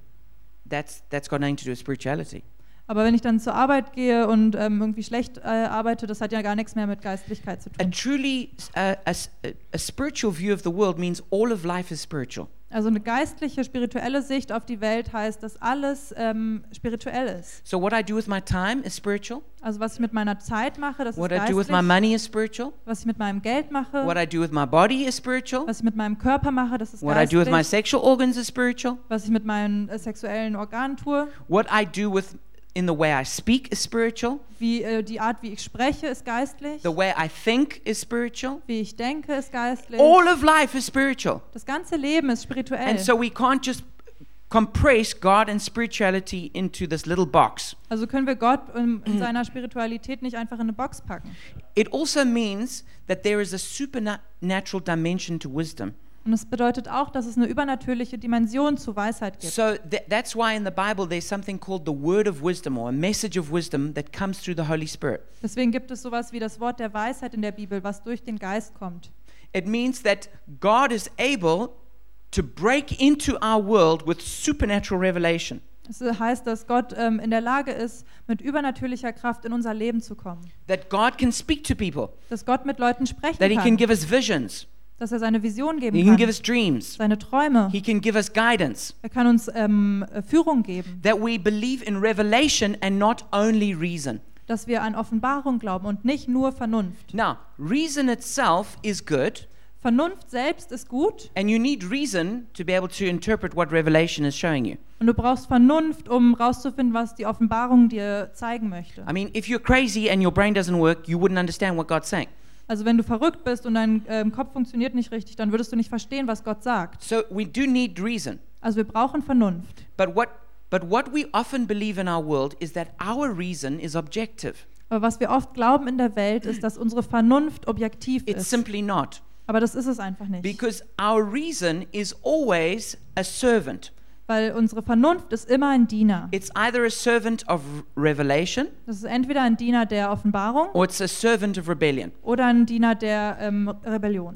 [SPEAKER 1] that's that's got nothing to do with spirituality.
[SPEAKER 2] Aber wenn ich dann zur Arbeit gehe und ähm, irgendwie schlecht äh, arbeite, das hat ja gar nichts mehr mit Geistlichkeit zu
[SPEAKER 1] A
[SPEAKER 2] tun.
[SPEAKER 1] truly uh, a, s- a spiritual view of the world means all of life is spiritual.
[SPEAKER 2] Also eine geistliche, spirituelle Sicht auf die Welt heißt, dass alles ähm, spirituell ist.
[SPEAKER 1] So what I do with my time is spiritual.
[SPEAKER 2] Also was ich mit meiner Zeit mache, das
[SPEAKER 1] What
[SPEAKER 2] ist
[SPEAKER 1] I do with my
[SPEAKER 2] geistlich.
[SPEAKER 1] money is spiritual.
[SPEAKER 2] Was ich mit meinem Geld mache,
[SPEAKER 1] What I do with my body is spiritual.
[SPEAKER 2] was ich mit meinem Körper mache, das ist
[SPEAKER 1] What I do with my
[SPEAKER 2] geistlich.
[SPEAKER 1] sexual organs is spiritual.
[SPEAKER 2] Was ich mit meinen äh, sexuellen Organen tue,
[SPEAKER 1] What I do with in the way I speak is spiritual.
[SPEAKER 2] wie äh, die Art, wie ich spreche, ist geistlich.
[SPEAKER 1] The way I think is spiritual.
[SPEAKER 2] Wie ich denke, ist geistlich.
[SPEAKER 1] All of life is spiritual.
[SPEAKER 2] Das ganze Leben ist spirituell.
[SPEAKER 1] And so we can't just compress God and spirituality into this little box.
[SPEAKER 2] also können wir Gott in, in seiner Spiritualität nicht einfach in eine Box packen.
[SPEAKER 1] It also means that there is a supernatural dimension to wisdom.
[SPEAKER 2] Und es bedeutet auch, dass es eine übernatürliche Dimension zu Weisheit gibt.
[SPEAKER 1] So th- that's why in the Bible there's something called the word of wisdom or a message of wisdom that comes through the Holy Spirit.
[SPEAKER 2] Deswegen gibt es sowas wie das Wort der Weisheit in der Bibel, was durch den Geist kommt.
[SPEAKER 1] It means that God is able to break into our world with supernatural revelation.
[SPEAKER 2] Es heißt, dass Gott ähm, in der Lage ist, mit übernatürlicher Kraft in unser Leben zu kommen.
[SPEAKER 1] That God can speak to people,
[SPEAKER 2] Dass Gott mit Leuten sprechen
[SPEAKER 1] that He can
[SPEAKER 2] kann.
[SPEAKER 1] give us visions,
[SPEAKER 2] Dass er seine Vision geben
[SPEAKER 1] He can give
[SPEAKER 2] kann.
[SPEAKER 1] us dreams,
[SPEAKER 2] Seine Träume.
[SPEAKER 1] He can give us guidance.
[SPEAKER 2] Er kann uns ähm, Führung geben.
[SPEAKER 1] That we believe in revelation and not only reason.
[SPEAKER 2] Dass wir an Offenbarung glauben und nicht nur Vernunft.
[SPEAKER 1] Now, reason itself is good,
[SPEAKER 2] Vernunft selbst ist gut,
[SPEAKER 1] and you need reason to be able to interpret what revelation is showing you.
[SPEAKER 2] Und du brauchst Vernunft, um rauszufinden, was die Offenbarung dir zeigen möchte.
[SPEAKER 1] I mean, if you're crazy and your brain doesn't work, you wouldn't understand what God's saying.
[SPEAKER 2] Also wenn du verrückt bist und dein ähm, Kopf funktioniert nicht richtig, dann würdest du nicht verstehen, was Gott sagt.
[SPEAKER 1] So we do need reason.
[SPEAKER 2] Also wir brauchen Vernunft.
[SPEAKER 1] But what but what we often believe in our world is that our reason is objective.
[SPEAKER 2] Aber was wir oft glauben in der Welt, ist, dass unsere Vernunft objektiv
[SPEAKER 1] It's
[SPEAKER 2] ist.
[SPEAKER 1] simply not
[SPEAKER 2] Aber das ist es einfach nicht.
[SPEAKER 1] because our reason is always a servant.
[SPEAKER 2] Weil unsere Vernunft ist immer ein Diener.
[SPEAKER 1] It's either a servant of revelation
[SPEAKER 2] Das ist entweder ein Diener der Offenbarung
[SPEAKER 1] or it's a servant of rebellion.
[SPEAKER 2] oder ein Diener der ähm, Rebellion.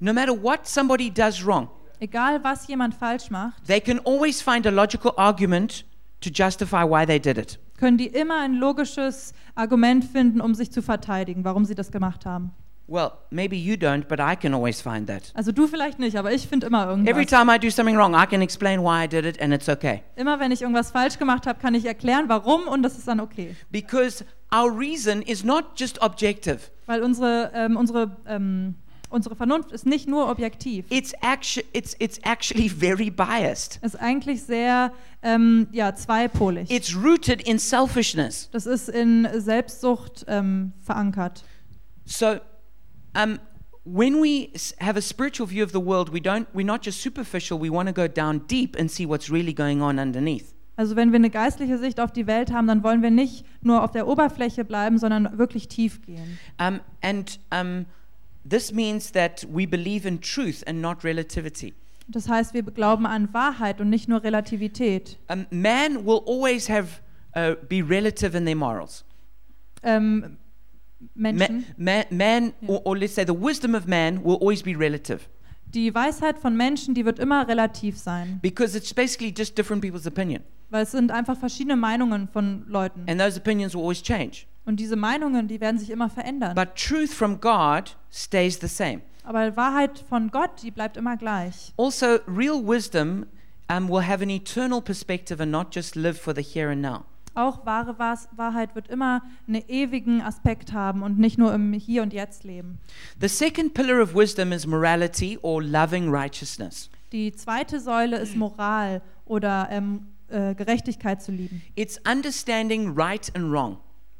[SPEAKER 1] No matter what somebody does wrong,
[SPEAKER 2] Egal, was jemand falsch macht,
[SPEAKER 1] they can always find a logical argument to justify why they did it.
[SPEAKER 2] können die immer ein logisches Argument finden, um sich zu verteidigen, warum sie das gemacht haben.
[SPEAKER 1] Well, maybe you don't, but I can always find that.
[SPEAKER 2] Also du vielleicht nicht, aber ich finde immer
[SPEAKER 1] Every
[SPEAKER 2] irgendwas.
[SPEAKER 1] time I do something wrong, I can explain why I did it and it's okay.
[SPEAKER 2] Immer wenn ich irgendwas falsch gemacht habe, kann ich erklären, warum und das ist dann okay.
[SPEAKER 1] Because our reason is not just objective,
[SPEAKER 2] Weil unsere, ähm, unsere, ähm, unsere Vernunft ist nicht nur objektiv.
[SPEAKER 1] it's, actu- it's, it's actually very biased.
[SPEAKER 2] Ist eigentlich sehr ähm, ja, zweipolig.
[SPEAKER 1] It's rooted in selfishness.
[SPEAKER 2] Das ist in Selbstsucht ähm, verankert.
[SPEAKER 1] So um, when we s- have a spiritual view of the world, we don't, we're not just superficial, we want to go down deep and see what's really going on underneath.
[SPEAKER 2] Also wenn wir eine geistliche Sicht auf die Welt haben, dann wollen wir nicht nur auf der Oberfläche bleiben, sondern wirklich tief gehen.
[SPEAKER 1] Um, and um, this means that we believe in truth and not relativity.
[SPEAKER 2] Das heißt, wir glauben an Wahrheit und nicht nur Relativität.
[SPEAKER 1] Um, man will always have, uh, be relative in their morals.
[SPEAKER 2] Ähm, Menschen.
[SPEAKER 1] Man, man, man
[SPEAKER 2] Yeah.
[SPEAKER 1] or, or let's say the wisdom of man will always be relative
[SPEAKER 2] Die Weisheit von Menschen, die wird immer relativ sein,
[SPEAKER 1] because it's basically just different people's opinion
[SPEAKER 2] weil es sind einfach verschiedene Meinungen von Leuten.
[SPEAKER 1] and those opinions will always change
[SPEAKER 2] Und diese Meinungen, die werden sich immer verändern.
[SPEAKER 1] but truth from god stays the same
[SPEAKER 2] Aber Wahrheit von Gott, die bleibt immer gleich.
[SPEAKER 1] also real wisdom um, will have an eternal perspective and not just live for the here and now
[SPEAKER 2] Auch wahre Wahr- Wahrheit wird immer einen ewigen Aspekt haben und nicht nur im Hier und Jetzt leben.
[SPEAKER 1] the second pillar of wisdom is morality or loving righteousness
[SPEAKER 2] Die zweite Säule ist Moral oder ähm, äh, Gerechtigkeit zu lieben.
[SPEAKER 1] it's understanding right and wrong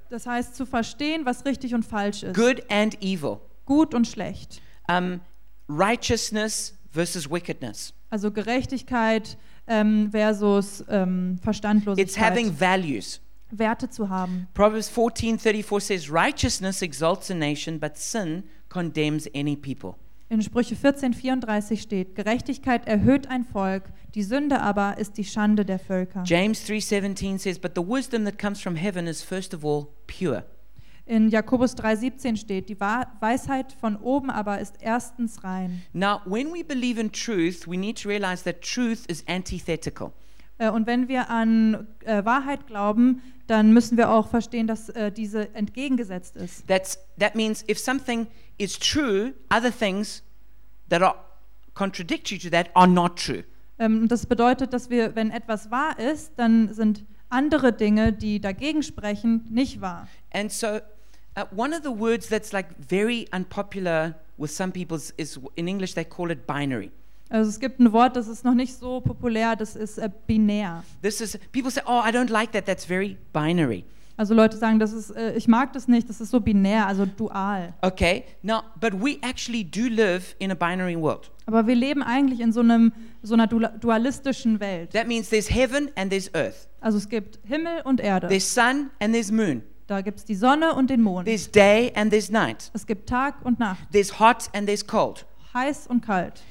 [SPEAKER 2] Das heißt, zu verstehen, was richtig und falsch ist,
[SPEAKER 1] good and evil
[SPEAKER 2] gut und schlecht.
[SPEAKER 1] um, righteousness versus wickedness
[SPEAKER 2] Also Gerechtigkeit ähm, versus ähm, Verstandlosigkeit.
[SPEAKER 1] it's having values
[SPEAKER 2] Werte zu haben.
[SPEAKER 1] Proverbs 14:34 says righteousness exalts a nation but sin condemns any people.
[SPEAKER 2] In Sprüche 14,34 steht: Gerechtigkeit erhöht ein Volk, die Sünde aber ist die Schande der Völker.
[SPEAKER 1] James 3:17 says, "But the wisdom that comes from heaven is first of all pure,
[SPEAKER 2] In Jakobus 3,17 steht: Die Wa- Weisheit von oben aber ist erstens rein.
[SPEAKER 1] Now, when we believe in truth, we need to realize that truth is antithetical.
[SPEAKER 2] Äh, Und wenn wir an äh, Wahrheit glauben, dann müssen wir auch verstehen, dass äh, diese entgegengesetzt ist.
[SPEAKER 1] That's, that means if something is true, other things that are contradictory to that are not true.
[SPEAKER 2] Ähm, das bedeutet, dass wir, wenn etwas wahr ist, dann sind andere Dinge, die dagegen sprechen, nicht wahr.
[SPEAKER 1] And so, uh, one of the words that's like very unpopular with some people is, is in English they call it binary.
[SPEAKER 2] Also es gibt ein Wort, das ist noch nicht so populär, das ist äh, binär.
[SPEAKER 1] This is people say, "Oh, I don't like that. That's very binary."
[SPEAKER 2] Also Leute sagen, das ist, äh, ich mag das nicht, das ist so binär, also dual.
[SPEAKER 1] Okay, now, but we actually do live in a binary world.
[SPEAKER 2] Aber wir leben eigentlich in so, einem, so einer dula- dualistischen Welt.
[SPEAKER 1] That means there's heaven and there's earth.
[SPEAKER 2] Also es gibt Himmel und Erde.
[SPEAKER 1] There's sun and there's moon.
[SPEAKER 2] Da gibt es die Sonne und den Mond.
[SPEAKER 1] There's day and there's night.
[SPEAKER 2] Es gibt Tag und Nacht,
[SPEAKER 1] There's hot and there's cold.
[SPEAKER 2] heiß und kalt.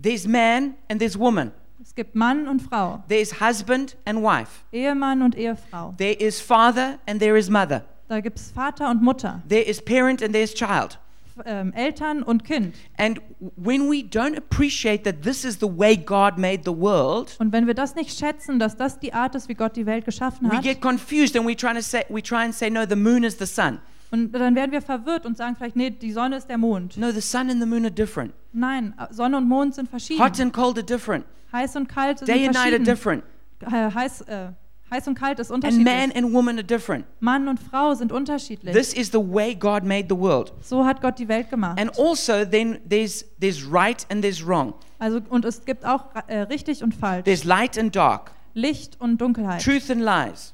[SPEAKER 1] There's man and there's woman.
[SPEAKER 2] Es gibt Mann und Frau,
[SPEAKER 1] There's husband and wife.
[SPEAKER 2] Ehemann und Ehefrau.
[SPEAKER 1] There is father and there is mother.
[SPEAKER 2] Da gibt es Vater und Mutter,
[SPEAKER 1] There is parent and there's child.
[SPEAKER 2] F- ähm, Eltern und Kind.
[SPEAKER 1] And when we don't appreciate that this is the way God made the world,
[SPEAKER 2] Und wenn wir das nicht schätzen, dass das die Art ist, wie Gott die Welt geschaffen
[SPEAKER 1] we
[SPEAKER 2] hat,
[SPEAKER 1] get confused and we trying to say we try and say no the moon is the sun.
[SPEAKER 2] und dann werden wir verwirrt und sagen vielleicht, nee, die Sonne ist der Mond.
[SPEAKER 1] No, the sun and the moon are different.
[SPEAKER 2] Nein, Sonne und Mond sind verschieden.
[SPEAKER 1] Hot and cold are different.
[SPEAKER 2] heiß und kalt sind
[SPEAKER 1] Day and night are
[SPEAKER 2] verschieden.
[SPEAKER 1] different.
[SPEAKER 2] Äh, heiß, äh, heiß und kalt ist
[SPEAKER 1] And
[SPEAKER 2] unterschiedlich.
[SPEAKER 1] man and woman are different.
[SPEAKER 2] Mann und Frau sind unterschiedlich.
[SPEAKER 1] This is the way God made the world.
[SPEAKER 2] so hat Gott die Welt gemacht.
[SPEAKER 1] And also then there's there's right and there's wrong.
[SPEAKER 2] also, und es gibt auch äh, richtig und falsch.
[SPEAKER 1] There's light and dark.
[SPEAKER 2] Licht und Dunkelheit.
[SPEAKER 1] Truth and lies.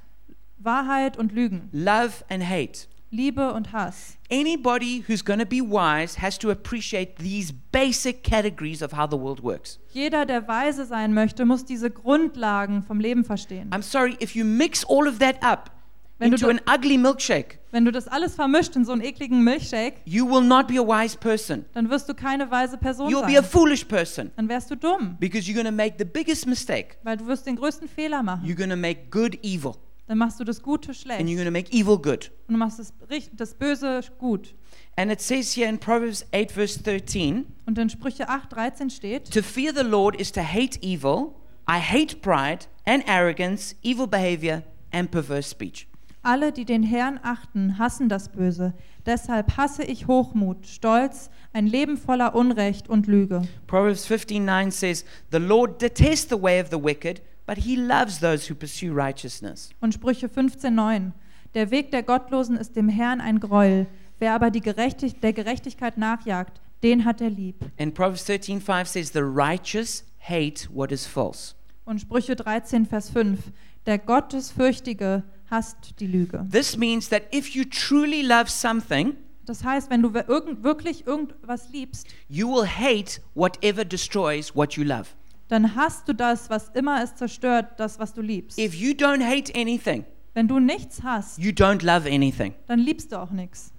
[SPEAKER 2] Wahrheit und Lügen.
[SPEAKER 1] Love and hate.
[SPEAKER 2] Liebe und Hass.
[SPEAKER 1] Anybody who's going to be wise has to appreciate these basic categories of how the world works.
[SPEAKER 2] Jeder, der weise sein möchte, muss diese Grundlagen vom Leben verstehen.
[SPEAKER 1] I'm sorry, if you mix all of that up
[SPEAKER 2] Wenn du
[SPEAKER 1] into
[SPEAKER 2] do-
[SPEAKER 1] an ugly milkshake,
[SPEAKER 2] Wenn du das alles vermischt in so einen ekligen Milchshake,
[SPEAKER 1] you will not be a wise person.
[SPEAKER 2] dann wirst du keine weise Person
[SPEAKER 1] You'll be a
[SPEAKER 2] sein.
[SPEAKER 1] foolish person
[SPEAKER 2] Dann wärst du dumm,
[SPEAKER 1] because you're going to make the biggest mistake.
[SPEAKER 2] weil du wirst den größten Fehler machen.
[SPEAKER 1] You're going to make good evil,
[SPEAKER 2] Dann machst du das Gute schlecht
[SPEAKER 1] and you're
[SPEAKER 2] und
[SPEAKER 1] going to make evil good.
[SPEAKER 2] du machst das, Richt- das Böse gut.
[SPEAKER 1] And it says here in Proverbs 8, verse 13
[SPEAKER 2] Und in Sprüche 8, 13 steht,
[SPEAKER 1] To fear the Lord is to hate evil. I hate pride and arrogance, evil behavior, and perverse speech.
[SPEAKER 2] alle, die den Herrn achten, hassen das Böse. Deshalb hasse ich Hochmut, Stolz, ein Leben voller Unrecht und Lüge.
[SPEAKER 1] Proverbs 15:9 says, "The Lord detests the way of the wicked, but he loves those who pursue righteousness."
[SPEAKER 2] Und Sprüche 15,9. Der Weg der Gottlosen ist dem Herrn ein Greuel. Wer aber die Gerechtig der Gerechtigkeit nachjagt, den hat er lieb.
[SPEAKER 1] And Proverbs 13:5 says, "The righteous hate what is false."
[SPEAKER 2] Und Sprüche 13, Vers 5. Der Gottesfürchtige hasst die Lüge.
[SPEAKER 1] This means that if you truly love something,
[SPEAKER 2] Das heißt, wenn du wir- irgend, wirklich irgendwas liebst,
[SPEAKER 1] you will hate whatever destroys what you love.
[SPEAKER 2] dann hast du das, was immer es zerstört, das, was du liebst.
[SPEAKER 1] If you don't hate anything,
[SPEAKER 2] Wenn du nichts hast,
[SPEAKER 1] you don't love anything.
[SPEAKER 2] dann liebst du auch nichts.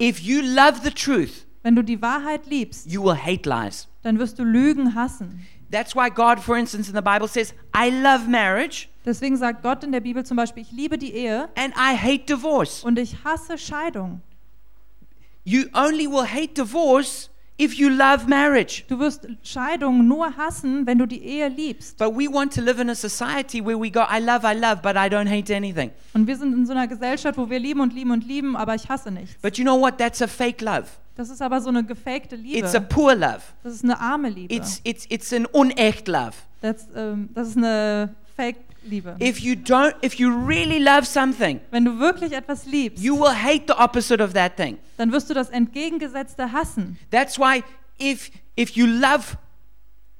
[SPEAKER 1] If you love the truth,
[SPEAKER 2] Wenn du die Wahrheit liebst,
[SPEAKER 1] you will hate lies.
[SPEAKER 2] dann wirst du Lügen hassen.
[SPEAKER 1] That's why God, for instance, in the Bible says, I love marriage
[SPEAKER 2] Deswegen sagt Gott in der Bibel zum Beispiel, ich liebe die Ehe
[SPEAKER 1] and I hate divorce.
[SPEAKER 2] und ich hasse Scheidung.
[SPEAKER 1] You only will hate divorce if you love marriage.
[SPEAKER 2] Du wirst Scheidung nur hassen, wenn du die Ehe liebst.
[SPEAKER 1] But we want to live in a society where we go, I love, I love, but I don't hate anything.
[SPEAKER 2] Und wir sind in so einer Gesellschaft, wo wir lieben und lieben und lieben, aber ich hasse nichts.
[SPEAKER 1] But you know what? That's a fake love.
[SPEAKER 2] Das ist aber so eine gefakte Liebe.
[SPEAKER 1] It's a poor love.
[SPEAKER 2] Das ist eine arme Liebe.
[SPEAKER 1] It's, it's, it's an unecht love.
[SPEAKER 2] Das, ähm, das ist eine Fake-Liebe.
[SPEAKER 1] If you don't, if you really love something,
[SPEAKER 2] Wenn du wirklich etwas liebst,
[SPEAKER 1] you will hate the opposite of that thing.
[SPEAKER 2] dann wirst du das Entgegengesetzte hassen.
[SPEAKER 1] That's why if, if you love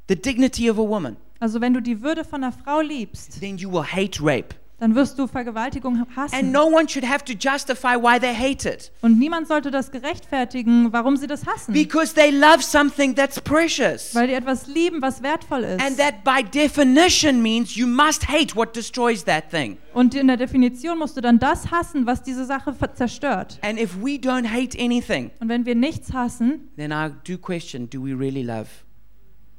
[SPEAKER 1] the dignity of a woman,
[SPEAKER 2] Also wenn du die Würde von einer Frau liebst,
[SPEAKER 1] then you will hate rape.
[SPEAKER 2] dann wirst du Vergewaltigung hassen.
[SPEAKER 1] And no one should have to justify why they hate it
[SPEAKER 2] Und niemand sollte das gerechtfertigen, warum sie das hassen.
[SPEAKER 1] because they love something that's precious.
[SPEAKER 2] Weil die etwas lieben, was wertvoll
[SPEAKER 1] And
[SPEAKER 2] ist.
[SPEAKER 1] that by definition means you must hate what destroys that thing.
[SPEAKER 2] Und in der Definition musst du dann das hassen, was diese Sache ver- zerstört.
[SPEAKER 1] And if we don't hate anything,
[SPEAKER 2] Und wenn wir nichts hassen,
[SPEAKER 1] then I do question do we really love?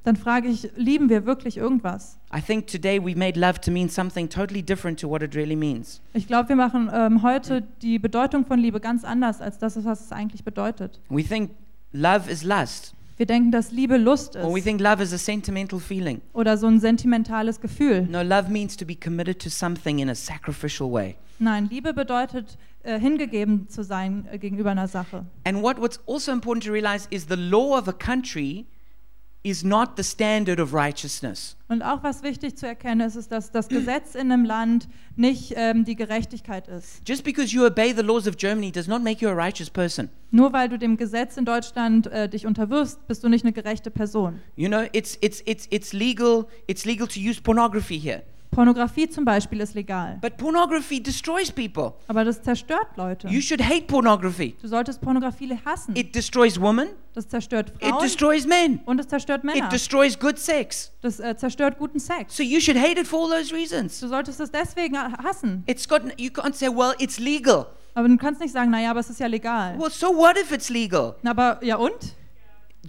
[SPEAKER 2] dann frage ich, lieben wir wirklich irgendwas?
[SPEAKER 1] I think today we made love to mean something totally different to what it really means.
[SPEAKER 2] Ich glaube, wir machen ähm, heute die Bedeutung von Liebe ganz anders als das, was es eigentlich bedeutet.
[SPEAKER 1] We think love is lust,
[SPEAKER 2] Wir denken, dass Liebe Lust
[SPEAKER 1] or we
[SPEAKER 2] ist
[SPEAKER 1] think love is a sentimental feeling.
[SPEAKER 2] oder so ein sentimentales Gefühl.
[SPEAKER 1] No, love means to be committed to something in a sacrificial way.
[SPEAKER 2] Nein, Liebe bedeutet, äh, hingegeben zu sein äh, gegenüber einer Sache.
[SPEAKER 1] And what, what's also important to realize is the law of a country is not the standard of righteousness.
[SPEAKER 2] Und auch was wichtig zu erkennen ist, ist, dass das Gesetz in einem Land nicht ähm, die Gerechtigkeit ist.
[SPEAKER 1] Just because you obey the laws of Germany does not make you a righteous person.
[SPEAKER 2] Nur weil du dem Gesetz in Deutschland äh, dich unterwirfst, bist du nicht eine gerechte Person.
[SPEAKER 1] You know, it's, it's, it's, it's, legal, it's legal to use pornography here.
[SPEAKER 2] Pornografie zum Beispiel ist legal,
[SPEAKER 1] But pornography destroys people.
[SPEAKER 2] aber das zerstört Leute.
[SPEAKER 1] You should hate pornography.
[SPEAKER 2] Du solltest Pornografie hassen.
[SPEAKER 1] It destroys women,
[SPEAKER 2] Das zerstört
[SPEAKER 1] it
[SPEAKER 2] Frauen
[SPEAKER 1] destroys men,
[SPEAKER 2] und es zerstört
[SPEAKER 1] it
[SPEAKER 2] Männer.
[SPEAKER 1] destroys good sex.
[SPEAKER 2] Das äh, zerstört guten Sex.
[SPEAKER 1] So you should hate it for all those reasons.
[SPEAKER 2] Du solltest es deswegen ha- hassen.
[SPEAKER 1] It's got, you can't say, well, it's legal.
[SPEAKER 2] Aber du kannst nicht sagen, naja, aber es ist ja legal.
[SPEAKER 1] Well, so what if it's legal?
[SPEAKER 2] Na, aber ja und?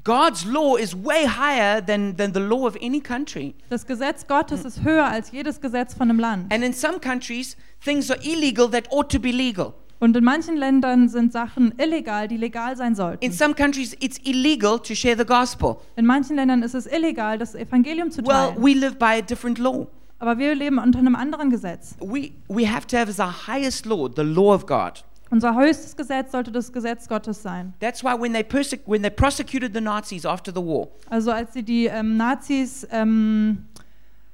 [SPEAKER 1] God's law is way higher than, than the law of any country.
[SPEAKER 2] Das Gesetz
[SPEAKER 1] Hm.
[SPEAKER 2] Gottes ist höher als jedes Gesetz von einem Land.
[SPEAKER 1] And in some countries, things are illegal that ought to be legal.
[SPEAKER 2] Und in manchen Ländern sind Sachen illegal, die legal sein
[SPEAKER 1] In
[SPEAKER 2] sollten.
[SPEAKER 1] some countries, it's illegal to share the gospel.
[SPEAKER 2] In manchen Ländern ist es illegal, das Evangelium zu
[SPEAKER 1] Well,
[SPEAKER 2] teilen.
[SPEAKER 1] we live by a different law.
[SPEAKER 2] Aber wir leben unter einem anderen Gesetz.
[SPEAKER 1] We, we have to have as our highest law the law of God.
[SPEAKER 2] Unser höchstes Gesetz sollte das Gesetz Gottes sein.
[SPEAKER 1] That's why when they, persec- when they prosecuted the Nazis after the war,
[SPEAKER 2] Also als sie die ähm, Nazis ähm,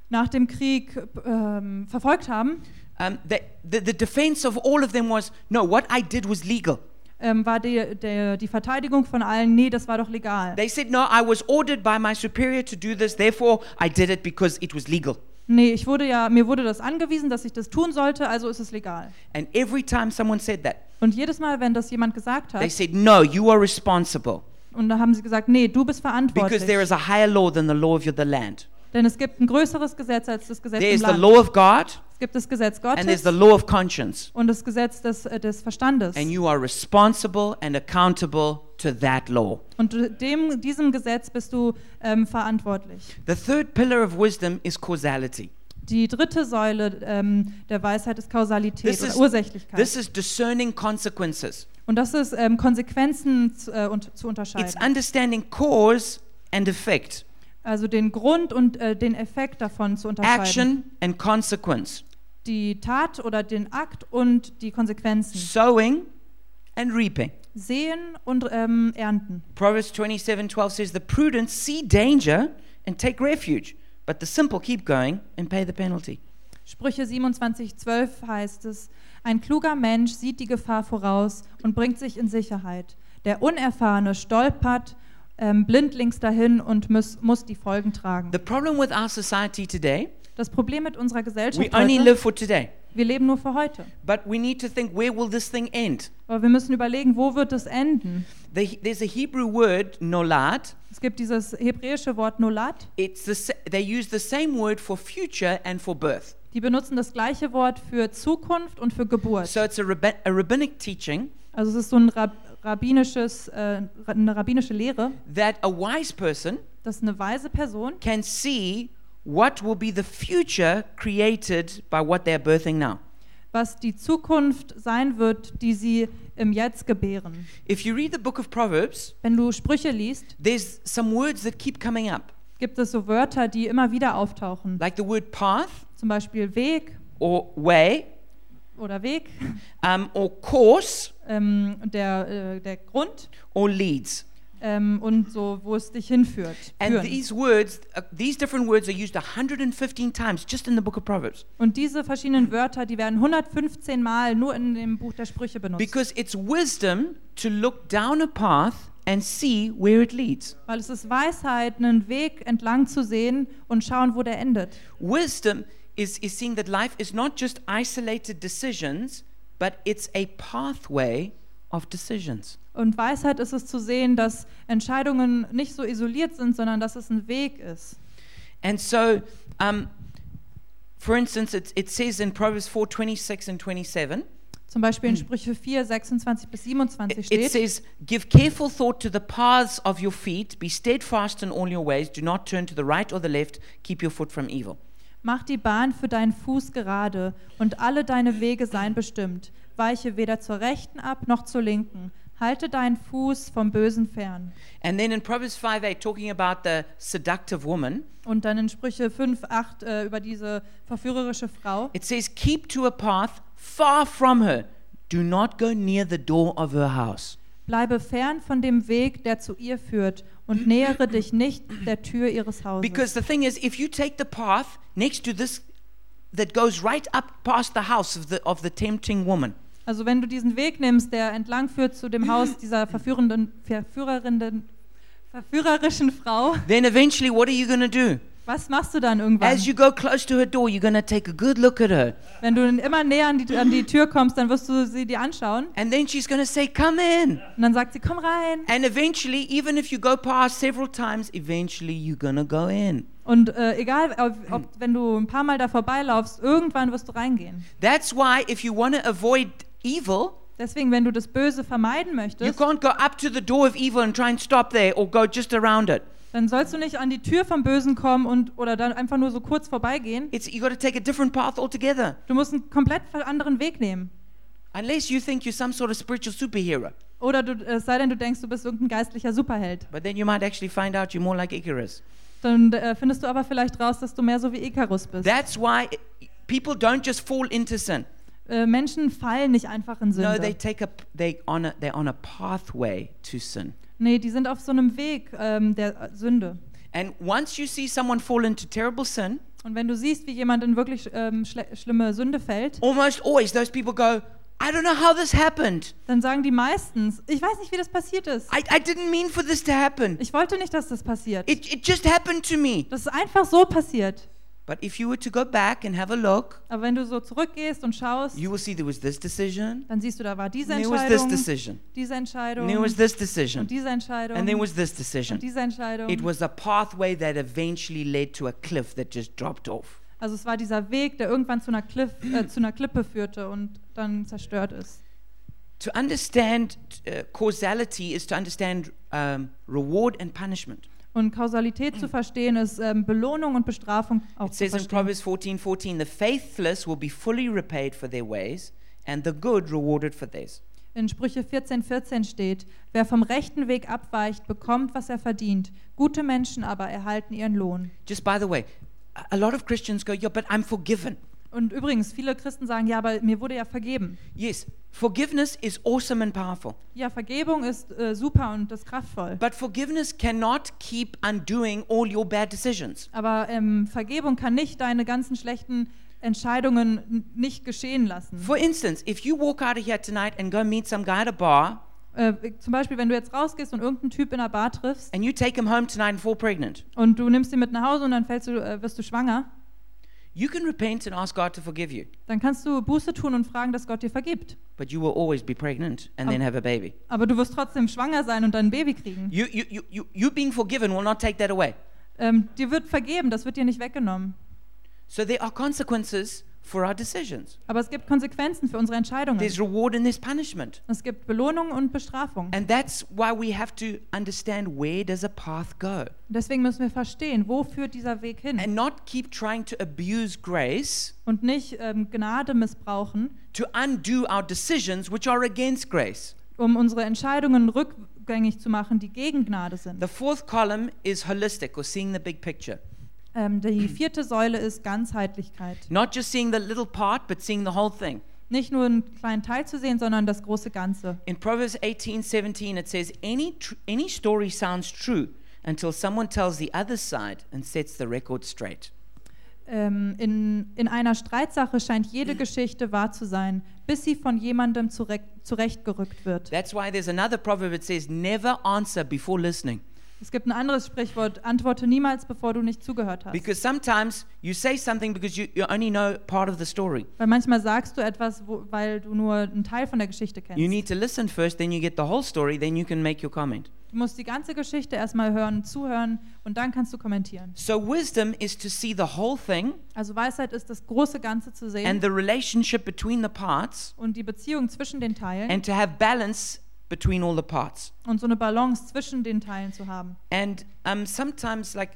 [SPEAKER 2] nach dem Krieg ähm, verfolgt haben,
[SPEAKER 1] um, the, the, the defense of all of them was no, what I did was legal.
[SPEAKER 2] ähm, war die, der, die Verteidigung von allen, nee, das war doch legal.
[SPEAKER 1] They said, no, I was ordered by my superior to do this, therefore I did it because it was legal.
[SPEAKER 2] Nee, ich wurde ja, mir wurde das angewiesen, dass ich das tun sollte, also ist es legal.
[SPEAKER 1] And every time someone said that,
[SPEAKER 2] Und jedes Mal, wenn das jemand gesagt
[SPEAKER 1] they
[SPEAKER 2] hat,
[SPEAKER 1] said, no, you are responsible
[SPEAKER 2] und da haben sie gesagt, nee, du bist
[SPEAKER 1] because there
[SPEAKER 2] verantwortlich,
[SPEAKER 1] is a higher law than the law of your- the land.
[SPEAKER 2] denn es gibt ein größeres Gesetz als das Gesetz
[SPEAKER 1] There
[SPEAKER 2] im
[SPEAKER 1] is the
[SPEAKER 2] Land.
[SPEAKER 1] law of God
[SPEAKER 2] Es gibt das Gesetz
[SPEAKER 1] and there's
[SPEAKER 2] Gottes
[SPEAKER 1] the law of conscience.
[SPEAKER 2] und das Gesetz des, äh, des Verstandes.
[SPEAKER 1] And you are responsible and accountable to that law.
[SPEAKER 2] Und du- dem, diesem Gesetz bist du ähm, verantwortlich.
[SPEAKER 1] The third pillar of wisdom is causality.
[SPEAKER 2] Die dritte Säule ähm, der Weisheit ist Kausalität
[SPEAKER 1] This
[SPEAKER 2] oder
[SPEAKER 1] is-
[SPEAKER 2] Ursächlichkeit.
[SPEAKER 1] This is discerning consequences.
[SPEAKER 2] und das ist ähm, Konsequenzen zu, äh, und, zu unterscheiden.
[SPEAKER 1] It's understanding cause and effect,
[SPEAKER 2] Also den Grund und äh, den Effekt davon zu unterscheiden.
[SPEAKER 1] action and consequence,
[SPEAKER 2] Die Tat oder den Akt und die Konsequenzen.
[SPEAKER 1] sowing and reaping.
[SPEAKER 2] Sehen und ähm, ernten.
[SPEAKER 1] Proverbs 27 12 says, The prudent see danger and take refuge, but the simple keep going and pay the penalty.
[SPEAKER 2] Sprüche 27, 12 heißt es, ein kluger Mensch sieht die Gefahr voraus und bringt sich in Sicherheit. Der Unerfahrene stolpert ähm, blindlings dahin und muss, muss die Folgen tragen.
[SPEAKER 1] The problem with our society today,
[SPEAKER 2] Das Problem mit unserer
[SPEAKER 1] we
[SPEAKER 2] Gesellschaft
[SPEAKER 1] only
[SPEAKER 2] heute,
[SPEAKER 1] live for today,
[SPEAKER 2] wir leben nur für heute.
[SPEAKER 1] but we need to think where will this thing end?
[SPEAKER 2] Aber wir müssen überlegen, wo wird es enden?
[SPEAKER 1] The, there's a Hebrew word, nolad.
[SPEAKER 2] Es gibt dieses hebräische Wort Nolat,
[SPEAKER 1] It's the, sa- they use the same word for future and for birth.
[SPEAKER 2] die benutzen das gleiche Wort für Zukunft und für Geburt.
[SPEAKER 1] So it's a, rabbi- a rabbinic teaching
[SPEAKER 2] Also es ist so ein Rab rabbinisches, äh, eine rabbinische Lehre,
[SPEAKER 1] that a wise person
[SPEAKER 2] dass eine weise Person
[SPEAKER 1] can see what will be the future created by what they're birthing now.
[SPEAKER 2] was die Zukunft sein wird, die sie im Jetzt gebären.
[SPEAKER 1] If you read the book of Proverbs,
[SPEAKER 2] Wenn du Sprüche liest,
[SPEAKER 1] there's some words that keep coming up,
[SPEAKER 2] gibt es so Wörter, die immer wieder auftauchen.
[SPEAKER 1] like the word path
[SPEAKER 2] Zum Beispiel Weg
[SPEAKER 1] or way
[SPEAKER 2] oder Weg,
[SPEAKER 1] um, or course
[SPEAKER 2] ähm, der, äh, der Grund
[SPEAKER 1] or leads.
[SPEAKER 2] ähm, und so, wo es dich hinführt.
[SPEAKER 1] And
[SPEAKER 2] Führen.
[SPEAKER 1] these words, uh, these different words are used 115 times just in the book of Proverbs
[SPEAKER 2] Und diese verschiedenen Wörter, die werden 115 Mal nur in dem Buch der Sprüche benutzt,
[SPEAKER 1] because it's wisdom to look down a path and see where it leads.
[SPEAKER 2] weil es ist Weisheit, einen Weg entlang zu sehen und schauen, wo der endet.
[SPEAKER 1] Wisdom is, is seeing that life is not just isolated decisions, but it's a pathway of decisions.
[SPEAKER 2] Und Weisheit ist es zu sehen, dass Entscheidungen nicht so isoliert sind, sondern dass es ein Weg ist.
[SPEAKER 1] And so, um, for instance, it, it says in Proverbs 4 26 and 27,
[SPEAKER 2] Zum Beispiel in Sprüche 4, 26 bis 27
[SPEAKER 1] Hm. it, it
[SPEAKER 2] steht,
[SPEAKER 1] says, Give careful thought to the paths of your feet, be steadfast in all your ways, do not turn to the right or the left, keep your foot from evil.
[SPEAKER 2] mach die Bahn für deinen Fuß gerade und alle deine Wege seien bestimmt. Weiche weder zur rechten ab noch zur linken. Halte deinen Fuß vom Bösen fern.
[SPEAKER 1] And then in Proverbs 5 8, talking about the seductive woman,
[SPEAKER 2] Und dann in Sprüche 5, 8 äh, über diese verführerische Frau.
[SPEAKER 1] it says, Keep to a path far from her, do not go near the door of her house.
[SPEAKER 2] Bleibe fern von dem Weg, der zu ihr führt, und nähere dich nicht der Tür ihres Hauses.
[SPEAKER 1] Because the thing is, if you take the path next to this that goes right up past the house of the, of the tempting woman,
[SPEAKER 2] also wenn du diesen Weg nimmst, der entlang führt zu dem Haus dieser verführenden, verführerenden, verführerischen Frau,
[SPEAKER 1] then eventually what are you going to do?
[SPEAKER 2] was machst du dann irgendwann?
[SPEAKER 1] As you go close to her door, you're going to take a good look at her.
[SPEAKER 2] Wenn du dann immer näher an die, an die Tür kommst, dann wirst du sie dir anschauen.
[SPEAKER 1] And then she's going to say, Come in.
[SPEAKER 2] Und dann sagt sie, komm rein.
[SPEAKER 1] And eventually, even if you go past several times, eventually you're going to go in.
[SPEAKER 2] Und äh, egal, ob, ob, wenn du ein paar Mal da vorbeilaufst, irgendwann wirst du reingehen.
[SPEAKER 1] That's why if you want to avoid evil,
[SPEAKER 2] Deswegen, wenn du das Böse vermeiden
[SPEAKER 1] you
[SPEAKER 2] möchtest,
[SPEAKER 1] can't go up to the door of evil and try and stop there or go just around it.
[SPEAKER 2] dann sollst du nicht an die Tür vom Bösen kommen und oder dann einfach nur so kurz vorbeigehen.
[SPEAKER 1] It's, you got to take a different path altogether.
[SPEAKER 2] Du musst einen komplett anderen Weg nehmen.
[SPEAKER 1] Unless you think you're some sort of spiritual superhero.
[SPEAKER 2] Oder du, äh, es sei denn, du denkst, du bist irgendein geistlicher Superheld.
[SPEAKER 1] But then you might actually find out you're more like Icarus.
[SPEAKER 2] Dann äh, findest du aber vielleicht raus, dass du mehr so wie Ikarus bist.
[SPEAKER 1] That's why i- people don't just fall into sin.
[SPEAKER 2] Äh, Menschen fallen nicht einfach in
[SPEAKER 1] No, they
[SPEAKER 2] Sünde.
[SPEAKER 1] take a p- they on a, they're on a pathway to sin.
[SPEAKER 2] Nee, die sind auf so einem Weg ähm, der äh, Sünde.
[SPEAKER 1] And once you see someone fall into terrible sin,
[SPEAKER 2] Und wenn du siehst, wie jemand in wirklich ähm, schle schlimme Sünde fällt,
[SPEAKER 1] almost always those people go, "I don't know how this happened.
[SPEAKER 2] dann sagen die meistens, ich weiß nicht, wie das passiert ist.
[SPEAKER 1] I, I didn't mean for this to happen.
[SPEAKER 2] Ich wollte nicht, dass das passiert.
[SPEAKER 1] It it just happened to me."
[SPEAKER 2] Das ist einfach so passiert.
[SPEAKER 1] But if you were to go back and have a look,
[SPEAKER 2] Aber wenn du so zurückgehst und schaust,
[SPEAKER 1] you will see there was this decision,
[SPEAKER 2] dann siehst du, da war diese
[SPEAKER 1] and there was this
[SPEAKER 2] Entscheidung,
[SPEAKER 1] decision,
[SPEAKER 2] diese
[SPEAKER 1] and
[SPEAKER 2] Entscheidung
[SPEAKER 1] there was this
[SPEAKER 2] und
[SPEAKER 1] decision,
[SPEAKER 2] diese Entscheidung
[SPEAKER 1] and there was this
[SPEAKER 2] und
[SPEAKER 1] decision.
[SPEAKER 2] diese Entscheidung.
[SPEAKER 1] It was a pathway that eventually led to a cliff that just dropped off.
[SPEAKER 2] Also es war dieser Weg, der irgendwann zu einer, Cliff, äh, zu einer Klippe führte und dann zerstört ist.
[SPEAKER 1] To understand uh, causality is to understand um, reward and punishment.
[SPEAKER 2] Und Kausalität zu verstehen ist ähm, Belohnung und Bestrafung auch
[SPEAKER 1] It
[SPEAKER 2] zu
[SPEAKER 1] says in
[SPEAKER 2] verstehen.
[SPEAKER 1] Proverbs 14 14, the faithless will be fully repaid for their ways, and the good rewarded for theirs.
[SPEAKER 2] In Sprüche 14, 14 steht, wer vom rechten Weg abweicht, bekommt, was er verdient. Gute Menschen aber erhalten ihren Lohn.
[SPEAKER 1] Just by the way, a- a lot of Christians go, Yeah, but I'm forgiven.
[SPEAKER 2] Und übrigens, viele Christen sagen, ja, aber mir wurde ja vergeben.
[SPEAKER 1] Yes, forgiveness is awesome and powerful,
[SPEAKER 2] Ja, Vergebung ist äh, super und ist kraftvoll.
[SPEAKER 1] but forgiveness cannot keep undoing all your bad decisions.
[SPEAKER 2] Aber ähm, Vergebung kann nicht deine ganzen schlechten Entscheidungen n- nicht geschehen lassen.
[SPEAKER 1] For instance, if you walk out of here tonight and go meet some guy at a bar
[SPEAKER 2] Äh, zum Beispiel, wenn du jetzt rausgehst und irgendeinen Typ in einer Bar triffst
[SPEAKER 1] and you take him home tonight and fall pregnant,
[SPEAKER 2] und du nimmst ihn mit nach Hause und dann fällst du, äh, wirst du schwanger,
[SPEAKER 1] you can repent and ask God to forgive you,
[SPEAKER 2] dann kannst du Buße tun und fragen, dass Gott dir vergibt.
[SPEAKER 1] but you will always be pregnant and then
[SPEAKER 2] Um,
[SPEAKER 1] have a baby.
[SPEAKER 2] Aber du wirst trotzdem schwanger sein und dann ein Baby kriegen.
[SPEAKER 1] You, you, you, you, you being forgiven will not take that away.
[SPEAKER 2] Ähm, dir wird vergeben, das wird dir nicht weggenommen.
[SPEAKER 1] So there are consequences for our decisions.
[SPEAKER 2] Aber es gibt Konsequenzen für unsere Entscheidungen.
[SPEAKER 1] There's reward and there's punishment.
[SPEAKER 2] Es gibt Belohnung und Bestrafung.
[SPEAKER 1] And that's why we have to understand where does a path go
[SPEAKER 2] Deswegen müssen wir verstehen, wo führt dieser Weg hin
[SPEAKER 1] and not keep trying to abuse grace
[SPEAKER 2] und nicht ähm, Gnade missbrauchen,
[SPEAKER 1] to undo our decisions which are against grace.
[SPEAKER 2] um unsere Entscheidungen rückgängig zu machen, die gegen Gnade sind.
[SPEAKER 1] The fourth column is holistic or seeing the big picture.
[SPEAKER 2] Ähm, die vierte Säule ist Ganzheitlichkeit.
[SPEAKER 1] Not just seeing the little part but seeing the whole thing.
[SPEAKER 2] Nicht nur einen kleinen Teil zu sehen, sondern das große Ganze.
[SPEAKER 1] In Proverbs 18:17 it says any tr- any story sounds true until someone tells the other side and sets the record straight.
[SPEAKER 2] Ähm, in, in einer Streitsache scheint jede Geschichte wahr zu sein, bis sie von jemandem zurek- zurechtgerückt wird.
[SPEAKER 1] That's why there's another proverb that says, never answer before listening.
[SPEAKER 2] Es gibt ein anderes Sprichwort, antworte niemals, bevor du nicht zugehört hast.
[SPEAKER 1] Because sometimes you say something because you, you only know part of the story.
[SPEAKER 2] Weil manchmal sagst du etwas, wo, weil du nur einen Teil von der Geschichte kennst.
[SPEAKER 1] You need to listen first, then you get the whole story, then you can make your comment.
[SPEAKER 2] Du musst die ganze Geschichte erstmal hören, zuhören und dann kannst du kommentieren.
[SPEAKER 1] So, wisdom is to see the whole thing
[SPEAKER 2] Also Weisheit ist das große Ganze zu
[SPEAKER 1] and
[SPEAKER 2] sehen
[SPEAKER 1] the relationship between the parts
[SPEAKER 2] und die Beziehung zwischen den Teilen
[SPEAKER 1] and to have balance between all the parts.
[SPEAKER 2] und so eine Balance zwischen den Teilen zu haben.
[SPEAKER 1] And um, sometimes, like,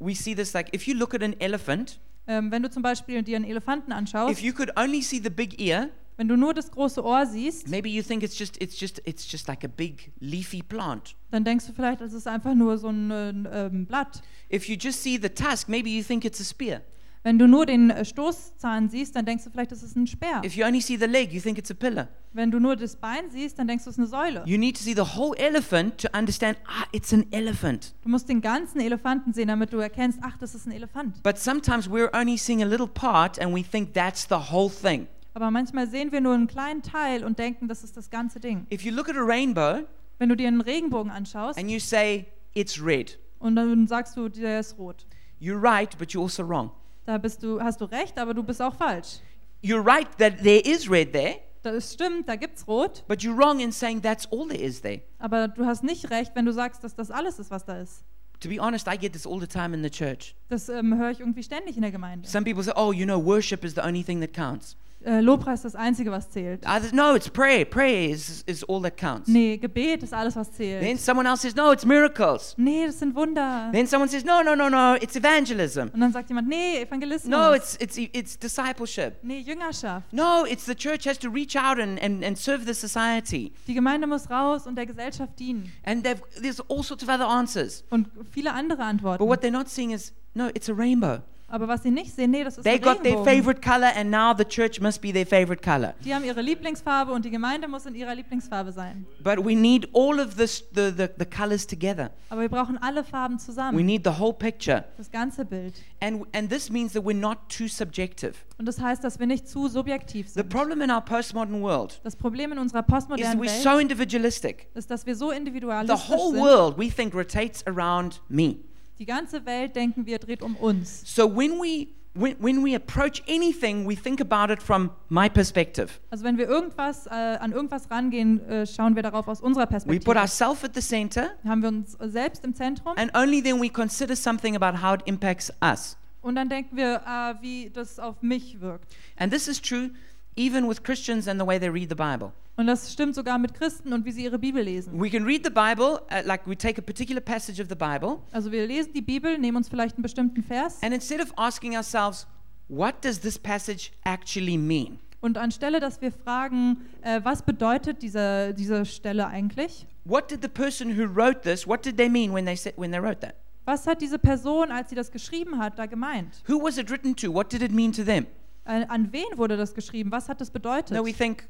[SPEAKER 1] we see this like if you look at an elephant,
[SPEAKER 2] Ähm, wenn du zum Beispiel dir einen Elefanten
[SPEAKER 1] if
[SPEAKER 2] anschaust,
[SPEAKER 1] you could only see the big ear,
[SPEAKER 2] wenn du nur das große Ohr siehst,
[SPEAKER 1] maybe you think it's just it's just it's just like a big leafy plant.
[SPEAKER 2] dann denkst du vielleicht, es ist einfach nur so ein äh, ähm, Blatt.
[SPEAKER 1] If you just see the tusk, maybe you think it's a spear.
[SPEAKER 2] Wenn du nur den äh, Stoßzahn siehst, dann denkst du vielleicht, es ist ein Speer.
[SPEAKER 1] If you only see the leg, you think it's a pillar.
[SPEAKER 2] Wenn du nur das Bein siehst, dann denkst du, es ist eine Säule.
[SPEAKER 1] You need to see the whole elephant to understand, ah, it's an elephant.
[SPEAKER 2] Du musst den ganzen Elefanten sehen, damit du erkennst, ach, das ist ein Elefant.
[SPEAKER 1] But sometimes we're only seeing a little part and we think that's the whole thing.
[SPEAKER 2] Aber manchmal sehen wir nur einen kleinen Teil und denken, das ist das ganze Ding.
[SPEAKER 1] If you look at a rainbow
[SPEAKER 2] Wenn du dir einen Regenbogen anschaust
[SPEAKER 1] and you say it's red,
[SPEAKER 2] und dann sagst du, der ist rot.
[SPEAKER 1] you're right, but you're also wrong.
[SPEAKER 2] Da bist du, hast du recht, aber du bist auch falsch.
[SPEAKER 1] You're right that there is red there,
[SPEAKER 2] Das stimmt, da gibt's rot,
[SPEAKER 1] but you're wrong in saying that's all there is there.
[SPEAKER 2] aber du hast nicht recht, wenn du sagst, dass das alles ist, was da ist.
[SPEAKER 1] To be honest, I get this all the time in the church.
[SPEAKER 2] Das ähm, höre ich irgendwie ständig in der Gemeinde.
[SPEAKER 1] Some people say, oh, you know, worship is the only thing that counts.
[SPEAKER 2] Äh, Lobpreis ist das Einzige, was zählt.
[SPEAKER 1] Others, no, it's prayer. Prayer is, is all that counts.
[SPEAKER 2] Nee, Gebet ist alles, was
[SPEAKER 1] Then
[SPEAKER 2] zählt.
[SPEAKER 1] someone else says, no, it's miracles.
[SPEAKER 2] Nee, das sind Wunder.
[SPEAKER 1] Then someone says, no, no, no, no, it's evangelism.
[SPEAKER 2] Und dann sagt jemand, nee, Evangelismus.
[SPEAKER 1] No, it's, it's, it's discipleship.
[SPEAKER 2] nee, Jüngerschaft.
[SPEAKER 1] No, it's the church has to reach out and, and, and serve the society.
[SPEAKER 2] Die Gemeinde muss raus und der Gesellschaft dienen.
[SPEAKER 1] And they've, there's all sorts of other answers.
[SPEAKER 2] Und viele andere
[SPEAKER 1] But
[SPEAKER 2] Antworten.
[SPEAKER 1] what they're not seeing is, no, it's a rainbow.
[SPEAKER 2] Aber was sie nicht sehen, nee, das ist
[SPEAKER 1] They
[SPEAKER 2] ein
[SPEAKER 1] got their
[SPEAKER 2] Regenbogen.
[SPEAKER 1] favorite color, and now the church must be their favorite color.
[SPEAKER 2] Die haben ihre Lieblingsfarbe und die Gemeinde muss in ihrer Lieblingsfarbe sein.
[SPEAKER 1] But we need all of this, the, the, the colors together.
[SPEAKER 2] Aber wir brauchen alle Farben
[SPEAKER 1] We
[SPEAKER 2] zusammen,
[SPEAKER 1] need the whole picture.
[SPEAKER 2] das ganze Bild.
[SPEAKER 1] And, and this means that we're not too subjective.
[SPEAKER 2] Und das heißt, dass wir nicht zu subjektiv
[SPEAKER 1] The
[SPEAKER 2] sind.
[SPEAKER 1] problem in our postmodern world
[SPEAKER 2] Das Problem in unserer
[SPEAKER 1] is that
[SPEAKER 2] postmodernen
[SPEAKER 1] we're so
[SPEAKER 2] Welt
[SPEAKER 1] individualistic.
[SPEAKER 2] ist, dass wir so
[SPEAKER 1] The
[SPEAKER 2] individualistisch
[SPEAKER 1] whole
[SPEAKER 2] sind.
[SPEAKER 1] world, we think, rotates around me.
[SPEAKER 2] Die ganze Welt, denken wir, dreht um uns.
[SPEAKER 1] So when we when, when we approach anything, we think about it from my perspective.
[SPEAKER 2] Also wenn wir irgendwas äh, an irgendwas rangehen, äh, schauen wir darauf aus unserer
[SPEAKER 1] We put
[SPEAKER 2] Perspektive.
[SPEAKER 1] ourselves at the center,
[SPEAKER 2] Haben wir uns selbst im Zentrum
[SPEAKER 1] and only then we consider something about how it impacts us.
[SPEAKER 2] und dann denken wir, äh, wie das auf mich wirkt.
[SPEAKER 1] And this is true even with Christians and the way they read the Bible.
[SPEAKER 2] Und das stimmt sogar mit Christen und wie sie ihre Bibel lesen.
[SPEAKER 1] We can read the Bible, uh, like we take a particular passage of the Bible,
[SPEAKER 2] Also wir lesen die Bibel, nehmen uns vielleicht einen bestimmten Vers
[SPEAKER 1] and instead of asking ourselves, what does this passage actually mean?
[SPEAKER 2] und anstelle, dass wir fragen, äh, was bedeutet diese, diese Stelle eigentlich?
[SPEAKER 1] What did the person who wrote this, what did they mean when they, said, when they wrote that?
[SPEAKER 2] Was hat diese Person, als sie das geschrieben hat, da gemeint?
[SPEAKER 1] Who was it written to? What did it mean to them?
[SPEAKER 2] Äh, an wen wurde das geschrieben? Was hat das bedeutet?
[SPEAKER 1] No, we think,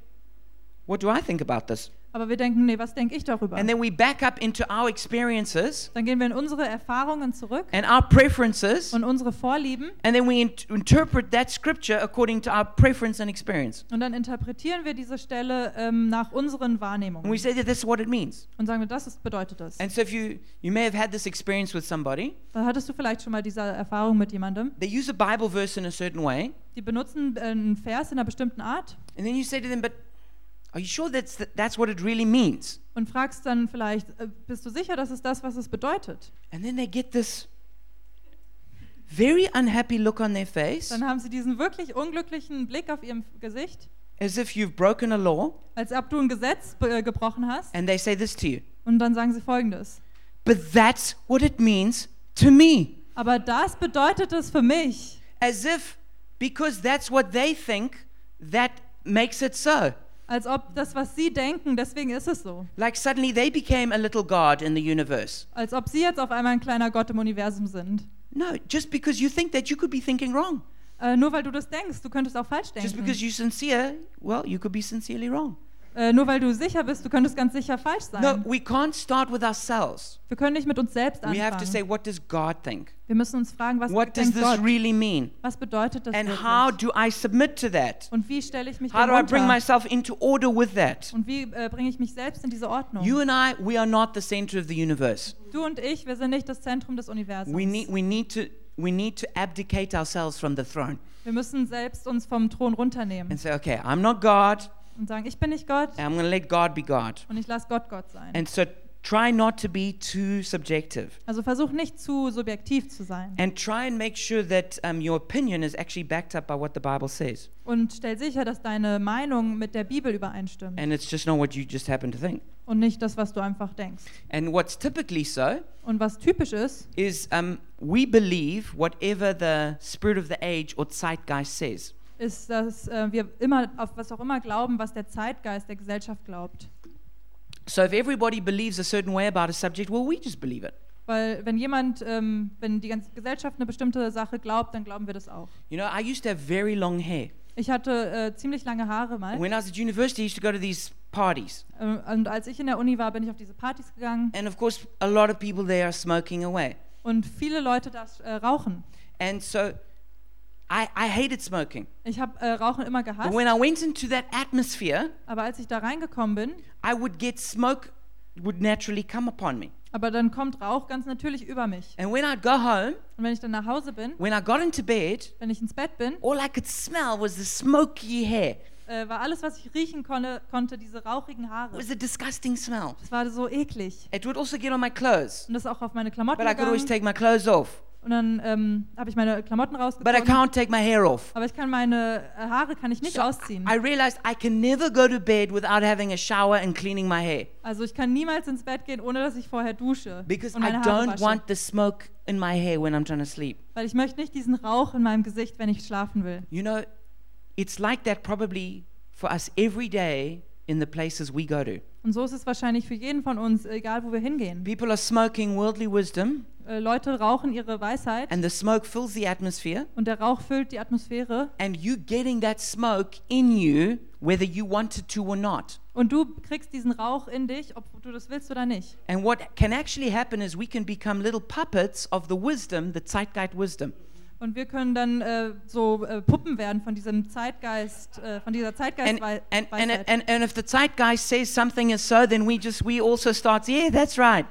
[SPEAKER 1] what do I think about this?
[SPEAKER 2] Aber wir denken, nee, was denke ich darüber?
[SPEAKER 1] And then we back up into our experiences
[SPEAKER 2] Dann gehen wir in unsere Erfahrungen zurück
[SPEAKER 1] and our preferences,
[SPEAKER 2] und unsere Vorlieben
[SPEAKER 1] and then we in- interpret that scripture according to our preference and experience.
[SPEAKER 2] und dann interpretieren wir diese Stelle ähm, nach unseren
[SPEAKER 1] And we
[SPEAKER 2] Wahrnehmungen
[SPEAKER 1] say that this is what it means.
[SPEAKER 2] und sagen wir, das ist, bedeutet das.
[SPEAKER 1] And so if you you may have had this experience with somebody,
[SPEAKER 2] Da Äh, hattest du vielleicht schon mal diese Erfahrung mit jemandem.
[SPEAKER 1] they use a Bible verse in a certain way,
[SPEAKER 2] Die benutzen äh, einen Vers in einer bestimmten Art
[SPEAKER 1] and then you say to them, "But are you sure that's th- that's what it really means?"
[SPEAKER 2] und fragst dann vielleicht, äh, bist du sicher, das ist das, was es bedeutet?
[SPEAKER 1] And then they get this very unhappy look on their face,
[SPEAKER 2] Dann haben sie diesen wirklich unglücklichen Blick auf ihrem Gesicht,
[SPEAKER 1] as if you've broken a law,
[SPEAKER 2] als ob du ein Gesetz be- äh, gebrochen hast.
[SPEAKER 1] and they say this to you.
[SPEAKER 2] Und dann sagen sie folgendes.
[SPEAKER 1] But that's what it means to me.
[SPEAKER 2] Aber das bedeutet es für mich.
[SPEAKER 1] As if, because that's what they think, that makes it so.
[SPEAKER 2] Als ob das, was sie denken, deswegen ist es so.
[SPEAKER 1] Like suddenly they became a little God in the universe.
[SPEAKER 2] Als ob sie jetzt auf einmal ein kleiner Gott im Universum sind.
[SPEAKER 1] No, just because you think that, you could be thinking wrong.
[SPEAKER 2] Äh, nur weil du das denkst, du könntest auch falsch
[SPEAKER 1] Just
[SPEAKER 2] denken.
[SPEAKER 1] because you're sincere, well, you could be sincerely wrong.
[SPEAKER 2] Äh, nur weil du sicher bist, du könntest ganz sicher falsch sein.
[SPEAKER 1] No, we can't start with ourselves.
[SPEAKER 2] Wir können nicht mit uns selbst
[SPEAKER 1] We have to say,
[SPEAKER 2] anfangen.
[SPEAKER 1] what does God think?
[SPEAKER 2] Wir müssen uns fragen, was
[SPEAKER 1] What does
[SPEAKER 2] denkt
[SPEAKER 1] this
[SPEAKER 2] Gott?
[SPEAKER 1] really mean?
[SPEAKER 2] Was bedeutet das
[SPEAKER 1] And
[SPEAKER 2] wirklich?
[SPEAKER 1] how do I submit to that?
[SPEAKER 2] Und wie stelle ich mich
[SPEAKER 1] How do I
[SPEAKER 2] darunter?
[SPEAKER 1] bring myself into order with that?
[SPEAKER 2] Und wie äh, bringe ich mich selbst in diese Ordnung?
[SPEAKER 1] You and I, we are not the center of the universe.
[SPEAKER 2] du und ich, wir sind nicht das Zentrum des Universums.
[SPEAKER 1] We need, we need to. We need to abdicate ourselves from the throne
[SPEAKER 2] wir müssen selbst uns vom Thron runternehmen
[SPEAKER 1] and say, okay, I'm not God,
[SPEAKER 2] und sagen, ich bin nicht Gott
[SPEAKER 1] and I'm going to let God be God.
[SPEAKER 2] und ich lasse Gott Gott sein.
[SPEAKER 1] And so try not to be too subjective
[SPEAKER 2] Also versuch nicht zu subjektiv zu sein
[SPEAKER 1] and try and make sure that um, your opinion is actually backed up by what the Bible says
[SPEAKER 2] und stell sicher, dass deine Meinung mit der Bibel übereinstimmt
[SPEAKER 1] and it's just not what you just happen to think.
[SPEAKER 2] und nicht das, was du einfach denkst.
[SPEAKER 1] And what's typically so
[SPEAKER 2] Und was typisch ist,
[SPEAKER 1] is um, we believe whatever the spirit of the age or zeitgeist says.
[SPEAKER 2] ist, dass äh, wir immer auf was auch immer glauben, was der Zeitgeist der Gesellschaft glaubt.
[SPEAKER 1] So if everybody believes a certain way about a subject, well, we just believe it.
[SPEAKER 2] Weil wenn jemand, ähm, wenn die ganze Gesellschaft eine bestimmte Sache glaubt, dann glauben wir das auch.
[SPEAKER 1] You know, I used to have very long hair.
[SPEAKER 2] Ich hatte äh, ziemlich lange Haare mal.
[SPEAKER 1] When I was at university, I used to go to these parties.
[SPEAKER 2] Ähm, und als ich in der Uni war, bin ich auf diese Partys gegangen
[SPEAKER 1] And of course, a lot of people there are smoking away.
[SPEAKER 2] und viele Leute das äh, rauchen.
[SPEAKER 1] And so I, I hated smoking.
[SPEAKER 2] Ich habe äh, Rauchen immer
[SPEAKER 1] But
[SPEAKER 2] gehasst,
[SPEAKER 1] when I went into that atmosphere,
[SPEAKER 2] aber als ich da reingekommen bin,
[SPEAKER 1] I would get smoke would naturally come upon me.
[SPEAKER 2] aber dann kommt Rauch ganz natürlich über mich.
[SPEAKER 1] And when I'd go home,
[SPEAKER 2] Und wenn ich dann nach Hause bin,
[SPEAKER 1] when I got into bed,
[SPEAKER 2] wenn ich ins Bett bin,
[SPEAKER 1] all I could smell was the smoky hair.
[SPEAKER 2] äh, war alles, was ich riechen konne, konnte, diese rauchigen
[SPEAKER 1] It
[SPEAKER 2] Haare.
[SPEAKER 1] was a disgusting smell.
[SPEAKER 2] Das war so eklig.
[SPEAKER 1] It would also get on my clothes,
[SPEAKER 2] Und das ist auch auf meine Klamotten
[SPEAKER 1] but I could always take
[SPEAKER 2] gegangen.
[SPEAKER 1] my clothes off.
[SPEAKER 2] Und dann ähm, habe ich meine Klamotten
[SPEAKER 1] But I
[SPEAKER 2] rausgezogen.
[SPEAKER 1] can't take my hair off.
[SPEAKER 2] Aber ich kann meine äh, Haare kann ich nicht
[SPEAKER 1] So I-
[SPEAKER 2] ausziehen.
[SPEAKER 1] I realized I can never go to bed without having a shower and cleaning my hair
[SPEAKER 2] Also ich kann niemals ins Bett gehen, ohne dass ich vorher dusche
[SPEAKER 1] because
[SPEAKER 2] und
[SPEAKER 1] I
[SPEAKER 2] meine Haare
[SPEAKER 1] don't
[SPEAKER 2] wasche.
[SPEAKER 1] want the smoke in my hair when I'm trying to sleep.
[SPEAKER 2] Weil ich möchte nicht diesen Rauch in meinem Gesicht, wenn ich schlafen will.
[SPEAKER 1] You know, it's like that probably for us every day in the places we go to.
[SPEAKER 2] Und so ist es wahrscheinlich für jeden von uns, egal wo wir hingehen.
[SPEAKER 1] People are smoking worldly wisdom
[SPEAKER 2] Äh, Leute rauchen ihre Weisheit
[SPEAKER 1] and the smoke fills the atmosphere
[SPEAKER 2] und der Rauch füllt die Atmosphäre
[SPEAKER 1] and you getting that smoke in you whether you wanted to or not.
[SPEAKER 2] und du kriegst diesen Rauch in dich, ob du das willst oder nicht.
[SPEAKER 1] And what can actually happen is we can become little puppets of the wisdom, the Zeitgeist wisdom.
[SPEAKER 2] Und wir können dann äh, so äh, Puppen werden von diesem Zeitgeist, äh, von dieser
[SPEAKER 1] and,
[SPEAKER 2] Zeitgeistweisheit.
[SPEAKER 1] and, and, and, and if the zeitgeist says something is so, then we just, we also start, yeah, that's right.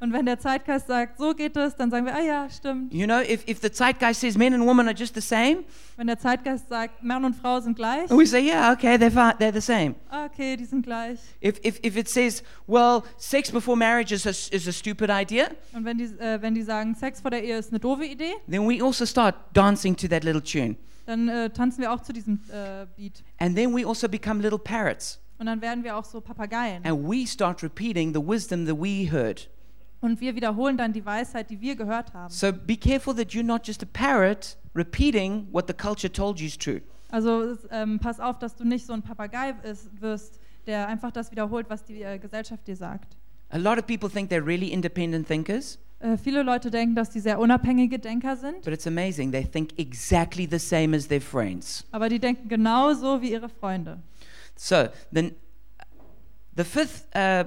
[SPEAKER 2] und wenn der Zeitgeist sagt, so geht es, dann sagen wir, ah ja, stimmt.
[SPEAKER 1] You know, if, if the zeitgeist says men and women are just the same,
[SPEAKER 2] Wenn der Zeitgeist sagt, Mann und Frau sind gleich,
[SPEAKER 1] we say, yeah, okay, they're, fi- they're the same.
[SPEAKER 2] ah, okay, die sind gleich.
[SPEAKER 1] If, if, if it says, well, sex before marriage is a, is a stupid idea,
[SPEAKER 2] Und wenn die, äh, wenn die sagen, Sex vor der Ehe ist eine doofe Idee,
[SPEAKER 1] then we also start dancing to that little tune.
[SPEAKER 2] dann äh, tanzen wir auch zu diesem äh, Beat.
[SPEAKER 1] And then we also become little parrots.
[SPEAKER 2] Und dann werden wir auch so Papageien.
[SPEAKER 1] And we start repeating the wisdom that we heard.
[SPEAKER 2] Und wir wiederholen dann die Weisheit, die wir gehört haben.
[SPEAKER 1] So be careful that you're not just a parrot repeating what the culture told you is true.
[SPEAKER 2] Also es, ähm, pass auf, dass du nicht so ein Papagei ist, wirst, der einfach das wiederholt, was die äh, Gesellschaft dir sagt.
[SPEAKER 1] A lot of people think they're really independent thinkers.
[SPEAKER 2] Äh, viele Leute denken, dass die sehr unabhängige Denker sind,
[SPEAKER 1] But it's amazing. They think exactly the same as their friends.
[SPEAKER 2] aber die denken genauso wie ihre Freunde.
[SPEAKER 1] So then, the fifth, uh,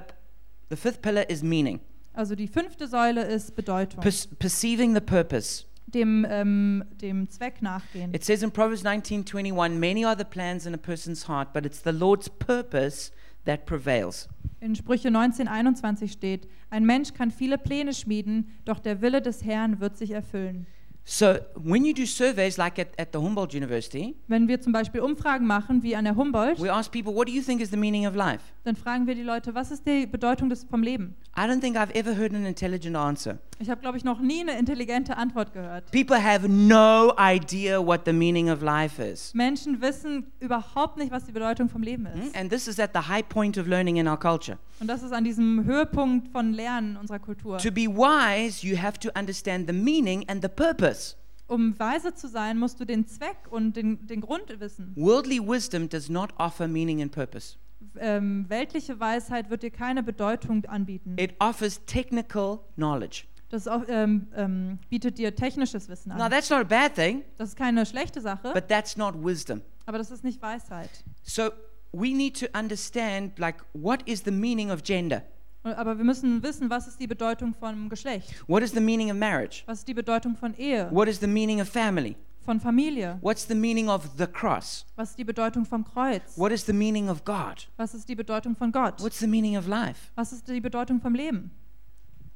[SPEAKER 1] the fifth pillar is meaning,
[SPEAKER 2] Also die fünfte Säule ist Bedeutung,
[SPEAKER 1] per- perceiving the purpose.
[SPEAKER 2] dem, ähm, dem Zweck nachgehen.
[SPEAKER 1] It says in Proverbs 19:21, "Many are the plans in a person's heart, but it's the Lord's purpose that prevails."
[SPEAKER 2] In Sprüche 19, 21 steht, ein Mensch kann viele Pläne schmieden, doch der Wille des Herrn wird sich erfüllen.
[SPEAKER 1] So when you do surveys like at, at the Humboldt University,
[SPEAKER 2] Wenn wir zum Beispiel Umfragen machen, wie an der Humboldt,
[SPEAKER 1] we ask people, "What do you think is the meaning of life?"
[SPEAKER 2] dann fragen wir die Leute, was ist die Bedeutung des, vom Leben?
[SPEAKER 1] I don't think I've ever heard an intelligent answer.
[SPEAKER 2] Ich habe, glaube ich, noch nie eine intelligente Antwort gehört.
[SPEAKER 1] People have no idea what the meaning of life is.
[SPEAKER 2] Menschen wissen überhaupt nicht, was die Bedeutung vom Leben
[SPEAKER 1] Hmm?
[SPEAKER 2] ist.
[SPEAKER 1] And this is at the high point of learning in our culture.
[SPEAKER 2] Und das ist an diesem Höhepunkt von Lernen unserer Kultur.
[SPEAKER 1] To be wise, you have to understand the meaning and the purpose.
[SPEAKER 2] Um weise zu sein, musst du den Zweck und den, den Grund wissen.
[SPEAKER 1] Worldly wisdom does not offer meaning and purpose,
[SPEAKER 2] Ähm, weltliche Weisheit wird dir keine Bedeutung anbieten.
[SPEAKER 1] it offers technical knowledge.
[SPEAKER 2] Das auch, ähm, ähm, bietet dir technisches Wissen
[SPEAKER 1] Now,
[SPEAKER 2] an.
[SPEAKER 1] that's not a bad thing,
[SPEAKER 2] Das ist keine schlechte Sache,
[SPEAKER 1] but that's not wisdom.
[SPEAKER 2] aber das ist nicht Weisheit.
[SPEAKER 1] So, we need to understand like what is the meaning of gender?
[SPEAKER 2] Aber wir müssen wissen, was ist die Bedeutung von Geschlecht?
[SPEAKER 1] What is the meaning of marriage?
[SPEAKER 2] Was ist die Bedeutung von Ehe?
[SPEAKER 1] What is the meaning of family?
[SPEAKER 2] Von Familie?
[SPEAKER 1] What's the meaning of the cross?
[SPEAKER 2] Was ist die Bedeutung vom Kreuz?
[SPEAKER 1] What is the meaning of God?
[SPEAKER 2] Was ist die Bedeutung von Gott?
[SPEAKER 1] What's the meaning of life?
[SPEAKER 2] Was ist die Bedeutung vom Leben?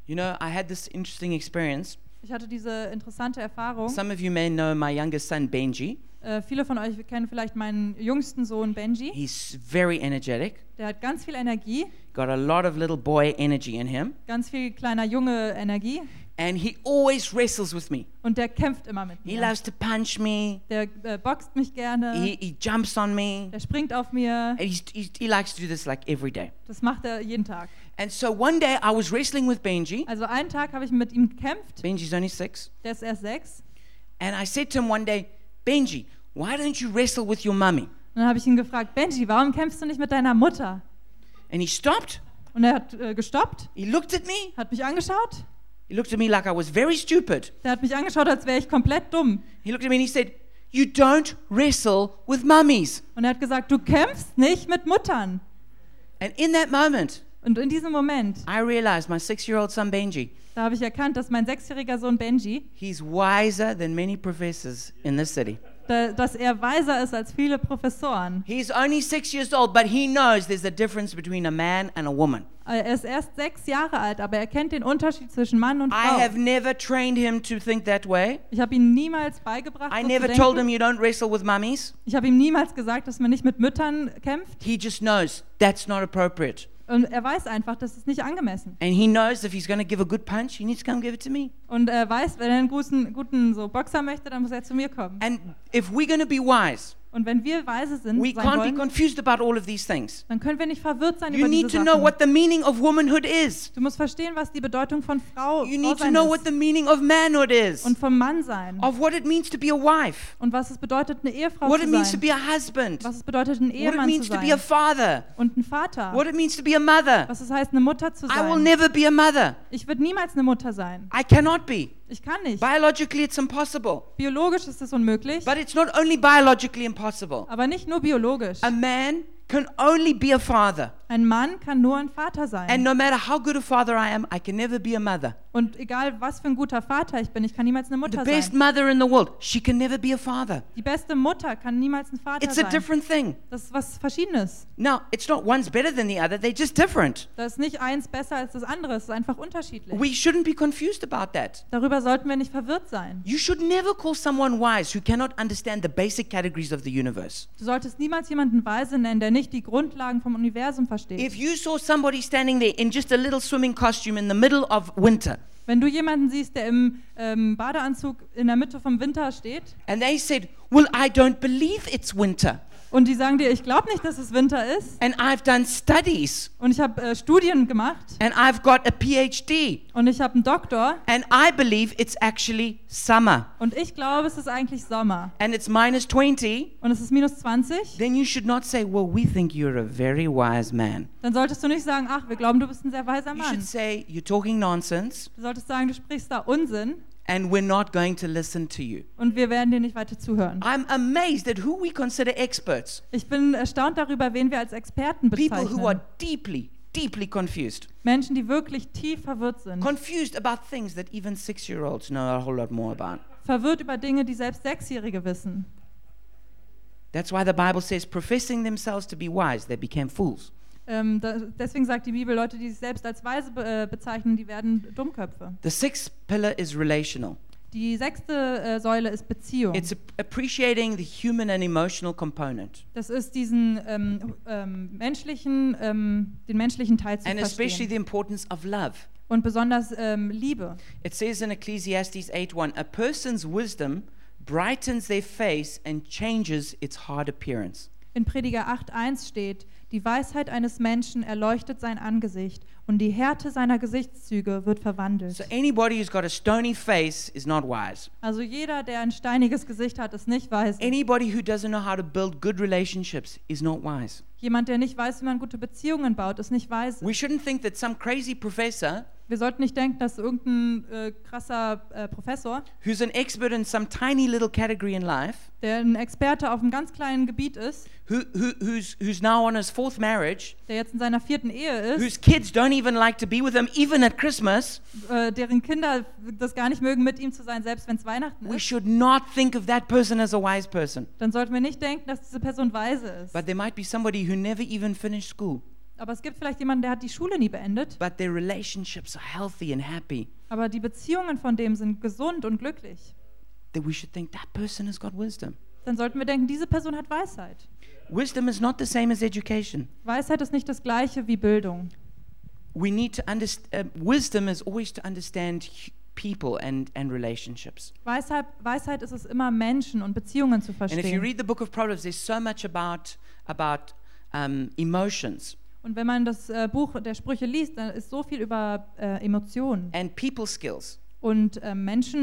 [SPEAKER 1] You know, I had this interesting experience.
[SPEAKER 2] Ich hatte diese interessante Erfahrung.
[SPEAKER 1] Some of you may know my youngest son Benji.
[SPEAKER 2] Äh, viele von euch kennen vielleicht meinen jüngsten Sohn Benji.
[SPEAKER 1] He's very energetic.
[SPEAKER 2] Der hat ganz viel Energie,
[SPEAKER 1] Got a lot of little boy energy in him,
[SPEAKER 2] ganz viel kleiner Junge Energie
[SPEAKER 1] and he always wrestles with me.
[SPEAKER 2] und der kämpft immer mit
[SPEAKER 1] He
[SPEAKER 2] mir.
[SPEAKER 1] loves to punch me.
[SPEAKER 2] Der äh, boxt mich gerne,
[SPEAKER 1] He, he jumps on me.
[SPEAKER 2] der springt auf mir.
[SPEAKER 1] And he's, he's, he likes to do this like every day.
[SPEAKER 2] Das macht er jeden Tag.
[SPEAKER 1] And so one day I was wrestling with Benji.
[SPEAKER 2] Also einen Tag habe ich mit ihm gekämpft.
[SPEAKER 1] Benji's only six.
[SPEAKER 2] Der ist erst sechs.
[SPEAKER 1] And I said to him one day, Benji, why don't you wrestle with your mummy?
[SPEAKER 2] Und dann habe ich ihn gefragt, Benji, warum kämpfst du nicht mit deiner Mutter?
[SPEAKER 1] And he stopped.
[SPEAKER 2] Und er hat äh, gestoppt,
[SPEAKER 1] He looked at me.
[SPEAKER 2] hat mich angeschaut.
[SPEAKER 1] He looked at me like I was very stupid.
[SPEAKER 2] Der hat mich angeschaut, als wäre ich komplett dumm.
[SPEAKER 1] He looked at me and he said, You don't wrestle with mummies.
[SPEAKER 2] Und er hat gesagt, du kämpfst nicht mit Muttern.
[SPEAKER 1] And in that moment,
[SPEAKER 2] Und in diesem Moment,
[SPEAKER 1] I realized my six year old son Benji,
[SPEAKER 2] da habe ich erkannt, dass mein sechsjähriger Sohn Benji,
[SPEAKER 1] he's wiser than many professors in this city.
[SPEAKER 2] da, dass er weiser ist als viele Professoren.
[SPEAKER 1] He's only six years old, but he knows there's a difference between a man and a woman.
[SPEAKER 2] Äh, Er ist erst sechs Jahre alt, aber er kennt den Unterschied zwischen Mann und
[SPEAKER 1] I have
[SPEAKER 2] Frau.
[SPEAKER 1] never trained him to think that way.
[SPEAKER 2] Ich habe ihm niemals beigebracht,
[SPEAKER 1] I
[SPEAKER 2] so zu
[SPEAKER 1] never told him
[SPEAKER 2] denken.
[SPEAKER 1] you don't wrestle with mummies.
[SPEAKER 2] Ich habe ihm niemals gesagt, dass man nicht mit Müttern kämpft.
[SPEAKER 1] He just knows that's not appropriate.
[SPEAKER 2] Und er weiß einfach, das ist nicht angemessen.
[SPEAKER 1] And he knows if he's going to give a good punch, he needs to come give it to me.
[SPEAKER 2] Und er weiß, wenn er einen guten, guten so Boxer möchte, dann muss er zu mir kommen.
[SPEAKER 1] And if we're going to be wise,
[SPEAKER 2] Und wenn wir weise sind,
[SPEAKER 1] we
[SPEAKER 2] sein
[SPEAKER 1] can't be
[SPEAKER 2] wollen,
[SPEAKER 1] confused about all of these things.
[SPEAKER 2] dann können wir nicht verwirrt sein
[SPEAKER 1] You
[SPEAKER 2] über
[SPEAKER 1] need
[SPEAKER 2] diese
[SPEAKER 1] to know
[SPEAKER 2] Sachen.
[SPEAKER 1] what the meaning of womanhood is.
[SPEAKER 2] Du musst verstehen, was die Bedeutung von Frau,
[SPEAKER 1] You
[SPEAKER 2] Frau
[SPEAKER 1] need to
[SPEAKER 2] sein
[SPEAKER 1] know
[SPEAKER 2] ist
[SPEAKER 1] what the meaning of manhood is,
[SPEAKER 2] und vom Mann sein
[SPEAKER 1] of what it means to be a wife,
[SPEAKER 2] und was es bedeutet, eine Ehefrau
[SPEAKER 1] what
[SPEAKER 2] zu
[SPEAKER 1] it
[SPEAKER 2] sein,
[SPEAKER 1] means to be a husband,
[SPEAKER 2] was es bedeutet, ein
[SPEAKER 1] what it
[SPEAKER 2] Ehemann zu
[SPEAKER 1] means to be a
[SPEAKER 2] sein
[SPEAKER 1] father,
[SPEAKER 2] und ein Vater,
[SPEAKER 1] what it means to be a mother.
[SPEAKER 2] was es heißt, eine Mutter zu
[SPEAKER 1] I will
[SPEAKER 2] sein.
[SPEAKER 1] never be a mother.
[SPEAKER 2] Ich würde niemals eine Mutter sein.
[SPEAKER 1] I cannot be.
[SPEAKER 2] Ich kann nicht.
[SPEAKER 1] Biologically, it's impossible.
[SPEAKER 2] Biologisch ist das unmöglich,
[SPEAKER 1] But it's not only biologically impossible.
[SPEAKER 2] aber nicht nur biologisch.
[SPEAKER 1] A man can only be a father.
[SPEAKER 2] Ein Mann kann nur ein Vater
[SPEAKER 1] And
[SPEAKER 2] sein.
[SPEAKER 1] no matter how good a father I am, I can never be a mother.
[SPEAKER 2] Und egal, was für ein guter Vater ich bin, ich kann niemals eine
[SPEAKER 1] The
[SPEAKER 2] Mutter
[SPEAKER 1] best
[SPEAKER 2] sein.
[SPEAKER 1] mother in the world, she can never be a father.
[SPEAKER 2] Die beste Mutter kann niemals ein Vater
[SPEAKER 1] It's a
[SPEAKER 2] sein.
[SPEAKER 1] different thing.
[SPEAKER 2] Das ist was Verschiedenes.
[SPEAKER 1] Now, it's not one's better than the other, they're just different.
[SPEAKER 2] Da ist nicht eins besser als das andere, es ist einfach unterschiedlich.
[SPEAKER 1] We shouldn't be confused about that.
[SPEAKER 2] Darüber sollten wir nicht verwirrt sein.
[SPEAKER 1] You should never call someone wise who cannot understand the basic categories of the universe.
[SPEAKER 2] Du solltest niemals jemanden weise nennen, der nicht die Grundlagen vom Universum versteht.
[SPEAKER 1] If you saw somebody standing there in just a little swimming costume in the middle of winter,
[SPEAKER 2] Wenn du jemanden siehst, der im ähm, Badeanzug in der Mitte vom Winter steht
[SPEAKER 1] and they said, Well, I don't believe it's winter,
[SPEAKER 2] und die sagen dir, ich glaube nicht, dass es Winter ist
[SPEAKER 1] and I've done studies,
[SPEAKER 2] und ich habe äh, Studien gemacht
[SPEAKER 1] and I've got a PhD,
[SPEAKER 2] und ich habe einen Doktor
[SPEAKER 1] and I believe it's actually summer,
[SPEAKER 2] und ich glaube, es ist eigentlich Sommer
[SPEAKER 1] and it's minus 20,
[SPEAKER 2] und es ist minus 20,
[SPEAKER 1] then you should not say, Well, we think you're a very wise man.
[SPEAKER 2] dann solltest du nicht sagen, ach, wir glauben, du bist ein sehr weiser
[SPEAKER 1] You should
[SPEAKER 2] Mann.
[SPEAKER 1] say, You're talking nonsense,
[SPEAKER 2] Du solltest sagen, du sprichst da Unsinn
[SPEAKER 1] and we're not going to listen to you.
[SPEAKER 2] und wir werden dir nicht weiter zuhören.
[SPEAKER 1] I'm amazed at who we consider experts
[SPEAKER 2] Ich bin erstaunt darüber, wen wir als Experten
[SPEAKER 1] people who are deeply,
[SPEAKER 2] bezeichnen.
[SPEAKER 1] deeply confused.
[SPEAKER 2] Menschen, die wirklich tief verwirrt sind.
[SPEAKER 1] Confused about things that even six year olds know a whole lot more about.
[SPEAKER 2] verwirrt über Dinge, die selbst Sechsjährige wissen.
[SPEAKER 1] That's why the Bible says, professing themselves to be wise, they became fools.
[SPEAKER 2] Ähm, da, deswegen sagt die Bibel, Leute, die sich selbst als Weise be äh, bezeichnen, die werden Dummköpfe.
[SPEAKER 1] The sixth pillar is relational.
[SPEAKER 2] Die sechste äh, Säule ist Beziehung.
[SPEAKER 1] It's ap- appreciating the human and emotional component,
[SPEAKER 2] das ist diesen ähm, ähm, menschlichen, ähm, den menschlichen Teil zu
[SPEAKER 1] and especially
[SPEAKER 2] verstehen.
[SPEAKER 1] the importance of love.
[SPEAKER 2] Und besonders ähm, Liebe.
[SPEAKER 1] It says in Ecclesiastes 8:1, a person's wisdom brightens their face and changes its hard appearance.
[SPEAKER 2] In Prediger 8.1 steht, die Weisheit eines Menschen erleuchtet sein Angesicht und die Härte seiner Gesichtszüge wird verwandelt.
[SPEAKER 1] So anybody who's got a stony face is not wise.
[SPEAKER 2] Also jeder, der ein steiniges Gesicht hat, ist nicht weise.
[SPEAKER 1] Anybody who doesn't know how to build good relationships is not wise.
[SPEAKER 2] Jemand, der nicht weiß, wie man gute Beziehungen baut, ist nicht weise.
[SPEAKER 1] We shouldn't think that some crazy professor
[SPEAKER 2] Wir sollten nicht denken, dass irgendein äh, krasser äh, Professor,
[SPEAKER 1] who's an expert in some tiny little category in life,
[SPEAKER 2] der ein Experte auf einem ganz kleinen Gebiet ist,
[SPEAKER 1] who, who, who's, who's now on his fourth marriage,
[SPEAKER 2] der jetzt in seiner vierten Ehe ist,
[SPEAKER 1] whose kids don't even like to be with him, even at Christmas,
[SPEAKER 2] äh, deren Kinder das gar nicht mögen, mit ihm zu sein, selbst wenn es Weihnachten
[SPEAKER 1] we
[SPEAKER 2] ist,
[SPEAKER 1] should not think of that person as a wise person.
[SPEAKER 2] dann sollten wir nicht denken, dass diese Person weise ist.
[SPEAKER 1] But there might be somebody who never even finished school,
[SPEAKER 2] Aber es gibt vielleicht jemanden, der hat die Schule nie beendet,
[SPEAKER 1] but their relationships are healthy and happy.
[SPEAKER 2] aber die Beziehungen von dem sind gesund und glücklich.
[SPEAKER 1] That we should think that person has got wisdom.
[SPEAKER 2] Dann sollten wir denken, diese Person hat Weisheit.
[SPEAKER 1] Wisdom is not the same as education.
[SPEAKER 2] Weisheit ist nicht das gleiche wie Bildung.
[SPEAKER 1] We need to understand. Uh, wisdom is always to understand hu- people and and relationships.
[SPEAKER 2] Weisheit, Weisheit ist es immer, Menschen und Beziehungen zu
[SPEAKER 1] And if you
[SPEAKER 2] verstehen.
[SPEAKER 1] read the book of Proverbs, there's so much about about um, emotions
[SPEAKER 2] Und wenn man das äh, Buch der Sprüche liest, dann ist so viel über äh, Emotionen
[SPEAKER 1] and people skills
[SPEAKER 2] und äh,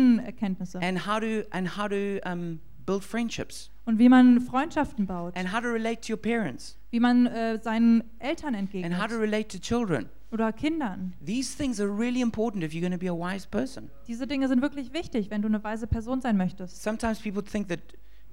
[SPEAKER 2] Menschenerkenntnisse
[SPEAKER 1] and how to and how to um, build friendships
[SPEAKER 2] und wie man Freundschaften baut,
[SPEAKER 1] and how to relate to your parents
[SPEAKER 2] wie man äh, seinen Eltern
[SPEAKER 1] and how to
[SPEAKER 2] entgegnet
[SPEAKER 1] relate to children.
[SPEAKER 2] oder Kindern.
[SPEAKER 1] These things are really important if you're going to be a wise person.
[SPEAKER 2] Diese Dinge sind wirklich wichtig, wenn du eine weise Person sein möchtest.
[SPEAKER 1] Sometimes people think that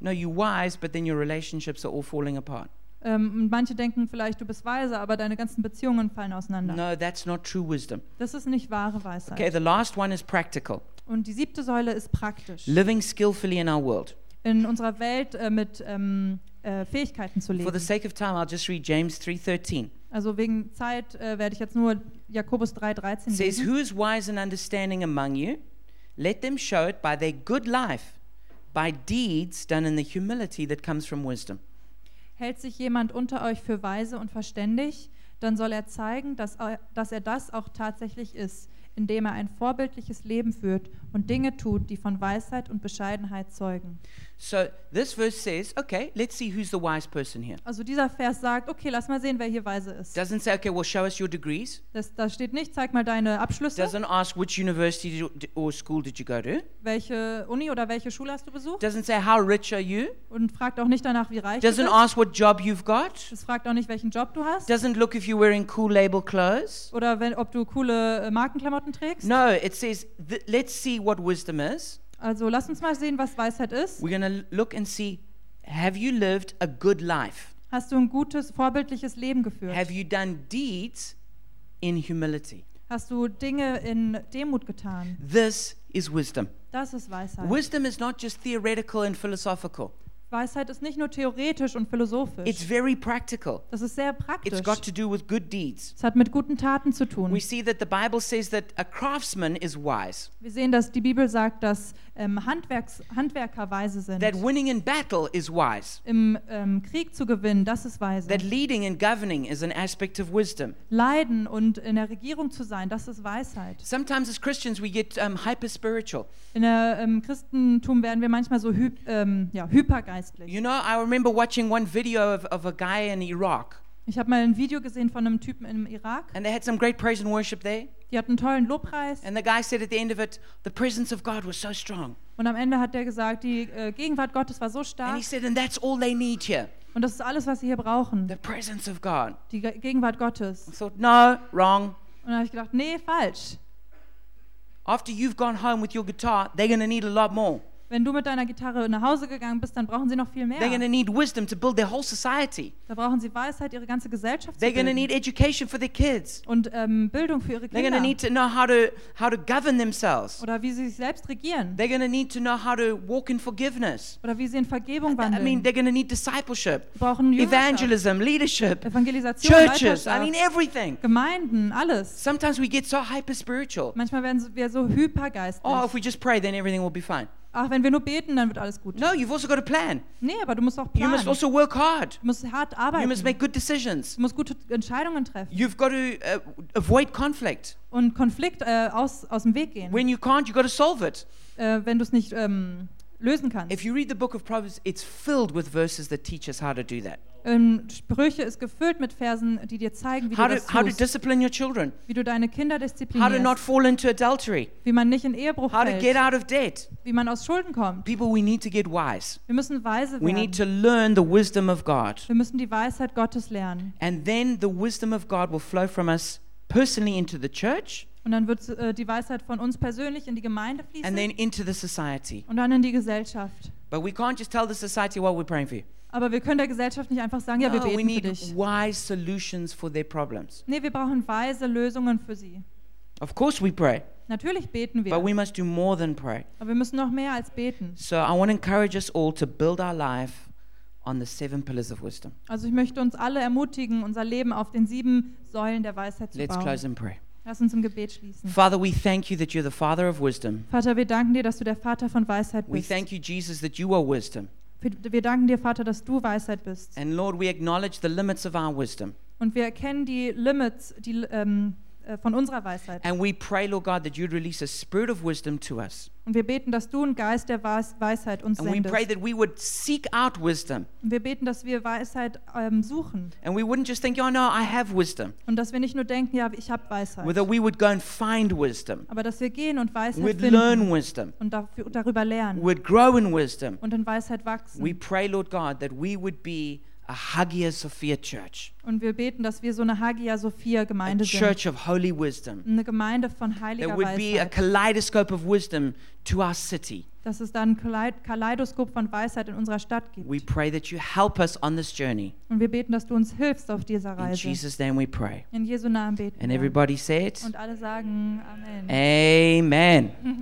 [SPEAKER 1] no, you're wise, but then your relationships are all falling apart.
[SPEAKER 2] Ähm, und manche denken vielleicht, du bist weise, aber deine ganzen Beziehungen fallen auseinander.
[SPEAKER 1] No, that's not true wisdom.
[SPEAKER 2] Das ist nicht wahre Weisheit.
[SPEAKER 1] Okay, the last one is practical.
[SPEAKER 2] Und die siebte Säule ist praktisch.
[SPEAKER 1] Living skillfully in our world.
[SPEAKER 2] in unserer Welt äh, mit ähm, äh, Fähigkeiten zu
[SPEAKER 1] For the
[SPEAKER 2] leben.
[SPEAKER 1] sake of time, I'll just read James 3:13.
[SPEAKER 2] Also wegen Zeit äh, werde ich jetzt nur Jakobus 3,13
[SPEAKER 1] It says,
[SPEAKER 2] lesen.
[SPEAKER 1] "Who is wise and understanding among you? Let them show it by their good life, by deeds done in the humility that comes from wisdom."
[SPEAKER 2] Hält sich jemand unter euch für weise und verständig, dann soll er zeigen, dass er, dass er das auch tatsächlich ist, indem er ein vorbildliches Leben führt und Dinge tut, die von Weisheit und Bescheidenheit zeugen.
[SPEAKER 1] So this verse says, "Okay, let's see who's the wise person here."
[SPEAKER 2] Also dieser Vers sagt, okay, lass mal sehen, wer hier weise ist.
[SPEAKER 1] Doesn't say, "Okay, well, show us your degrees."
[SPEAKER 2] Das, da steht nicht, zeig mal deine Abschlüsse,
[SPEAKER 1] Doesn't ask which university did you- or school did you go to.
[SPEAKER 2] welche Uni oder welche Schule hast du besucht
[SPEAKER 1] Doesn't say how rich are you.
[SPEAKER 2] und fragt auch nicht danach, wie reich du
[SPEAKER 1] Doesn't
[SPEAKER 2] bist.
[SPEAKER 1] ask what job you've got.
[SPEAKER 2] Es fragt auch nicht, welchen Job du hast
[SPEAKER 1] Doesn't look if you're wearing cool label clothes.
[SPEAKER 2] oder wenn, ob du coole äh, Markenklamotten trägst.
[SPEAKER 1] No, it says, th- "Let's see what wisdom is."
[SPEAKER 2] Also lass uns mal sehen, was Weisheit ist.
[SPEAKER 1] We're going to look and see have you lived a good life?
[SPEAKER 2] Hast du ein gutes, vorbildliches Leben geführt?
[SPEAKER 1] Have you done deeds in humility?
[SPEAKER 2] Hast du Dinge in Demut getan?
[SPEAKER 1] This is wisdom.
[SPEAKER 2] Das ist Weisheit.
[SPEAKER 1] Wisdom is not just theoretical and philosophical,
[SPEAKER 2] Weisheit ist nicht nur theoretisch und
[SPEAKER 1] it's
[SPEAKER 2] philosophisch.
[SPEAKER 1] very practical.
[SPEAKER 2] Das ist sehr
[SPEAKER 1] It's
[SPEAKER 2] praktisch.
[SPEAKER 1] got to do with good deeds.
[SPEAKER 2] Es hat mit guten Taten zu tun.
[SPEAKER 1] We see that the Bible says that a craftsman is wise,
[SPEAKER 2] Wir sehen, dass die Bibel sagt, dass ähm, Handwerks Handwerker weise sind.
[SPEAKER 1] that winning in battle is wise,
[SPEAKER 2] Im ähm, Krieg zu gewinnen, das ist weise.
[SPEAKER 1] that leading and governing is an aspect of wisdom.
[SPEAKER 2] Leiden und in der Regierung zu sein, das ist Weisheit.
[SPEAKER 1] Sometimes as Christians we get um, hyper spiritual.
[SPEAKER 2] In der, Im Christentum werden wir manchmal so hy ähm, ja, hypergeistlich.
[SPEAKER 1] You know, I remember watching one video of, of a guy in Iraq
[SPEAKER 2] Ich habe mal ein Video gesehen von einem Typen im Irak.
[SPEAKER 1] And they had some great praise and worship there.
[SPEAKER 2] Die hatten einen tollen Lobpreis
[SPEAKER 1] And the guy said at the end of it, the presence of God was so strong.
[SPEAKER 2] und am Ende hat der gesagt, die äh, Gegenwart Gottes war so
[SPEAKER 1] And
[SPEAKER 2] stark
[SPEAKER 1] he said, and that's all they need here
[SPEAKER 2] und das ist alles, was sie hier brauchen,
[SPEAKER 1] the presence of God.
[SPEAKER 2] die Ge Gegenwart Gottes.
[SPEAKER 1] I thought, no, wrong.
[SPEAKER 2] Und da habe ich gedacht, nee, falsch.
[SPEAKER 1] After you've gone home with your guitar, they're going to need a lot more.
[SPEAKER 2] Wenn du mit deiner Gitarre nach Hause gegangen bist, dann brauchen sie noch viel mehr.
[SPEAKER 1] They're going to need wisdom to build their whole society.
[SPEAKER 2] Da brauchen sie Weisheit, ihre ganze Gesellschaft zu
[SPEAKER 1] They're going to need
[SPEAKER 2] bilden
[SPEAKER 1] education for their kids.
[SPEAKER 2] und ähm, Bildung für ihre
[SPEAKER 1] They're going to
[SPEAKER 2] Kinder
[SPEAKER 1] need to know how to, how to govern themselves.
[SPEAKER 2] oder wie sie sich selbst regieren
[SPEAKER 1] They're going to need to know how to walk in forgiveness.
[SPEAKER 2] oder wie sie in Vergebung
[SPEAKER 1] I mean,
[SPEAKER 2] wandeln.
[SPEAKER 1] they're going to need discipleship,
[SPEAKER 2] Sie brauchen Jüngerschaft,
[SPEAKER 1] evangelism, leadership,
[SPEAKER 2] Evangelisation,
[SPEAKER 1] churches. I mean,
[SPEAKER 2] Leiterschaft,
[SPEAKER 1] everything.
[SPEAKER 2] Gemeinden, alles.
[SPEAKER 1] Sometimes we get so hyper spiritual.
[SPEAKER 2] Manchmal werden so- wir so hypergeistlich.
[SPEAKER 1] Oh, if we just pray, then everything will be fine.
[SPEAKER 2] Ach, wenn wir nur beten, dann wird alles gut.
[SPEAKER 1] No, you've also got to plan.
[SPEAKER 2] Nee, aber du musst auch
[SPEAKER 1] You
[SPEAKER 2] planen.
[SPEAKER 1] must also work hard.
[SPEAKER 2] du musst hart
[SPEAKER 1] You
[SPEAKER 2] arbeiten.
[SPEAKER 1] must make good decisions.
[SPEAKER 2] Du musst gute Entscheidungen treffen
[SPEAKER 1] You've got to uh, avoid conflict.
[SPEAKER 2] und Konflikt äh, aus, aus dem Weg gehen,
[SPEAKER 1] When you can't, you've got to solve it.
[SPEAKER 2] äh, wenn du es nicht ähm, lösen kannst.
[SPEAKER 1] If you read the book of Proverbs, it's filled with verses that teach us how to do that.
[SPEAKER 2] Ähm, Sprüche ist gefüllt mit Versen, die dir zeigen, wie
[SPEAKER 1] How
[SPEAKER 2] du
[SPEAKER 1] to,
[SPEAKER 2] das
[SPEAKER 1] how to
[SPEAKER 2] tust,
[SPEAKER 1] discipline your children,
[SPEAKER 2] wie du deine Kinder
[SPEAKER 1] how to not
[SPEAKER 2] disziplinierst,
[SPEAKER 1] fall into adultery,
[SPEAKER 2] wie man nicht in Ehebruch
[SPEAKER 1] how to get
[SPEAKER 2] fällt,
[SPEAKER 1] out of debt.
[SPEAKER 2] wie man aus Schulden kommt.
[SPEAKER 1] People, we need to get wise.
[SPEAKER 2] Wir müssen weise
[SPEAKER 1] We need
[SPEAKER 2] werden.
[SPEAKER 1] to learn the wisdom of God.
[SPEAKER 2] Wir müssen die Weisheit Gottes lernen.
[SPEAKER 1] And then the wisdom of God will flow from us personally into the church
[SPEAKER 2] Und dann wird äh, die Weisheit von uns persönlich in die Gemeinde fließen
[SPEAKER 1] and then into the society.
[SPEAKER 2] und dann in die Gesellschaft.
[SPEAKER 1] But we can't just tell the society, well, we're praying for you.
[SPEAKER 2] Aber wir können der Gesellschaft nicht einfach sagen, ja, wir
[SPEAKER 1] No, we
[SPEAKER 2] beten für
[SPEAKER 1] need
[SPEAKER 2] dich.
[SPEAKER 1] wise solutions for their problems.
[SPEAKER 2] Nee, wir brauchen weise Lösungen für sie.
[SPEAKER 1] Of course, we pray,
[SPEAKER 2] Natürlich beten wir,
[SPEAKER 1] but we must do more than pray.
[SPEAKER 2] aber wir müssen noch mehr als beten.
[SPEAKER 1] So I want to encourage us all to build our life on the seven pillars of wisdom.
[SPEAKER 2] Also ich möchte uns alle ermutigen, unser Leben auf den sieben Säulen der Weisheit zu
[SPEAKER 1] Let's close
[SPEAKER 2] bauen.
[SPEAKER 1] in prayer.
[SPEAKER 2] Lass uns im Gebet schließen.
[SPEAKER 1] Father, we thank you that you're the Father of wisdom.
[SPEAKER 2] Vater, wir danken dir, dass du der Vater von Weisheit
[SPEAKER 1] We
[SPEAKER 2] bist.
[SPEAKER 1] thank you, Jesus, that you are wisdom.
[SPEAKER 2] Wir wir danken dir, Vater, dass du Weisheit bist.
[SPEAKER 1] And Lord, we acknowledge the limits of our wisdom.
[SPEAKER 2] Und wir erkennen die Limits die, ähm, äh, von unserer Weisheit.
[SPEAKER 1] And we pray, Lord God, that you'd release a spirit of wisdom to us.
[SPEAKER 2] Und wir beten, dass du einen Geist der Weis Weisheit uns
[SPEAKER 1] And we pray
[SPEAKER 2] sendest.
[SPEAKER 1] that we would seek out wisdom.
[SPEAKER 2] Und wir beten, dass wir Weisheit ähm, suchen.
[SPEAKER 1] And we wouldn't just think, oh no, I have wisdom.
[SPEAKER 2] Und dass wir nicht nur denken, ja, ich habe Weisheit.
[SPEAKER 1] Whether we would go and find wisdom.
[SPEAKER 2] Aber dass wir gehen und Weisheit
[SPEAKER 1] We'd learn
[SPEAKER 2] finden
[SPEAKER 1] wisdom.
[SPEAKER 2] und dafür, darüber lernen
[SPEAKER 1] We'd grow in wisdom.
[SPEAKER 2] und in Weisheit wachsen.
[SPEAKER 1] We pray, Lord God, that we would be a Hagia Sophia church,
[SPEAKER 2] Und wir beten, dass wir so eine Hagia Sophia
[SPEAKER 1] a
[SPEAKER 2] Gemeinde sind.
[SPEAKER 1] church of Mm. holy wisdom.
[SPEAKER 2] Eine Gemeinde von
[SPEAKER 1] There
[SPEAKER 2] heiliger
[SPEAKER 1] would be a
[SPEAKER 2] Weisheit.
[SPEAKER 1] kaleidoscope of wisdom to our city.
[SPEAKER 2] Dass es dann ein Kalei- Kaleidoskop von Weisheit in unserer Stadt gibt.
[SPEAKER 1] We pray that you help us on this journey.
[SPEAKER 2] Und wir beten, dass du uns hilfst auf dieser
[SPEAKER 1] In
[SPEAKER 2] Reise.
[SPEAKER 1] Jesus' name we pray.
[SPEAKER 2] In Jesu Namen beten
[SPEAKER 1] And
[SPEAKER 2] wir.
[SPEAKER 1] everybody said,
[SPEAKER 2] Und alle sagen Amen.
[SPEAKER 1] Amen.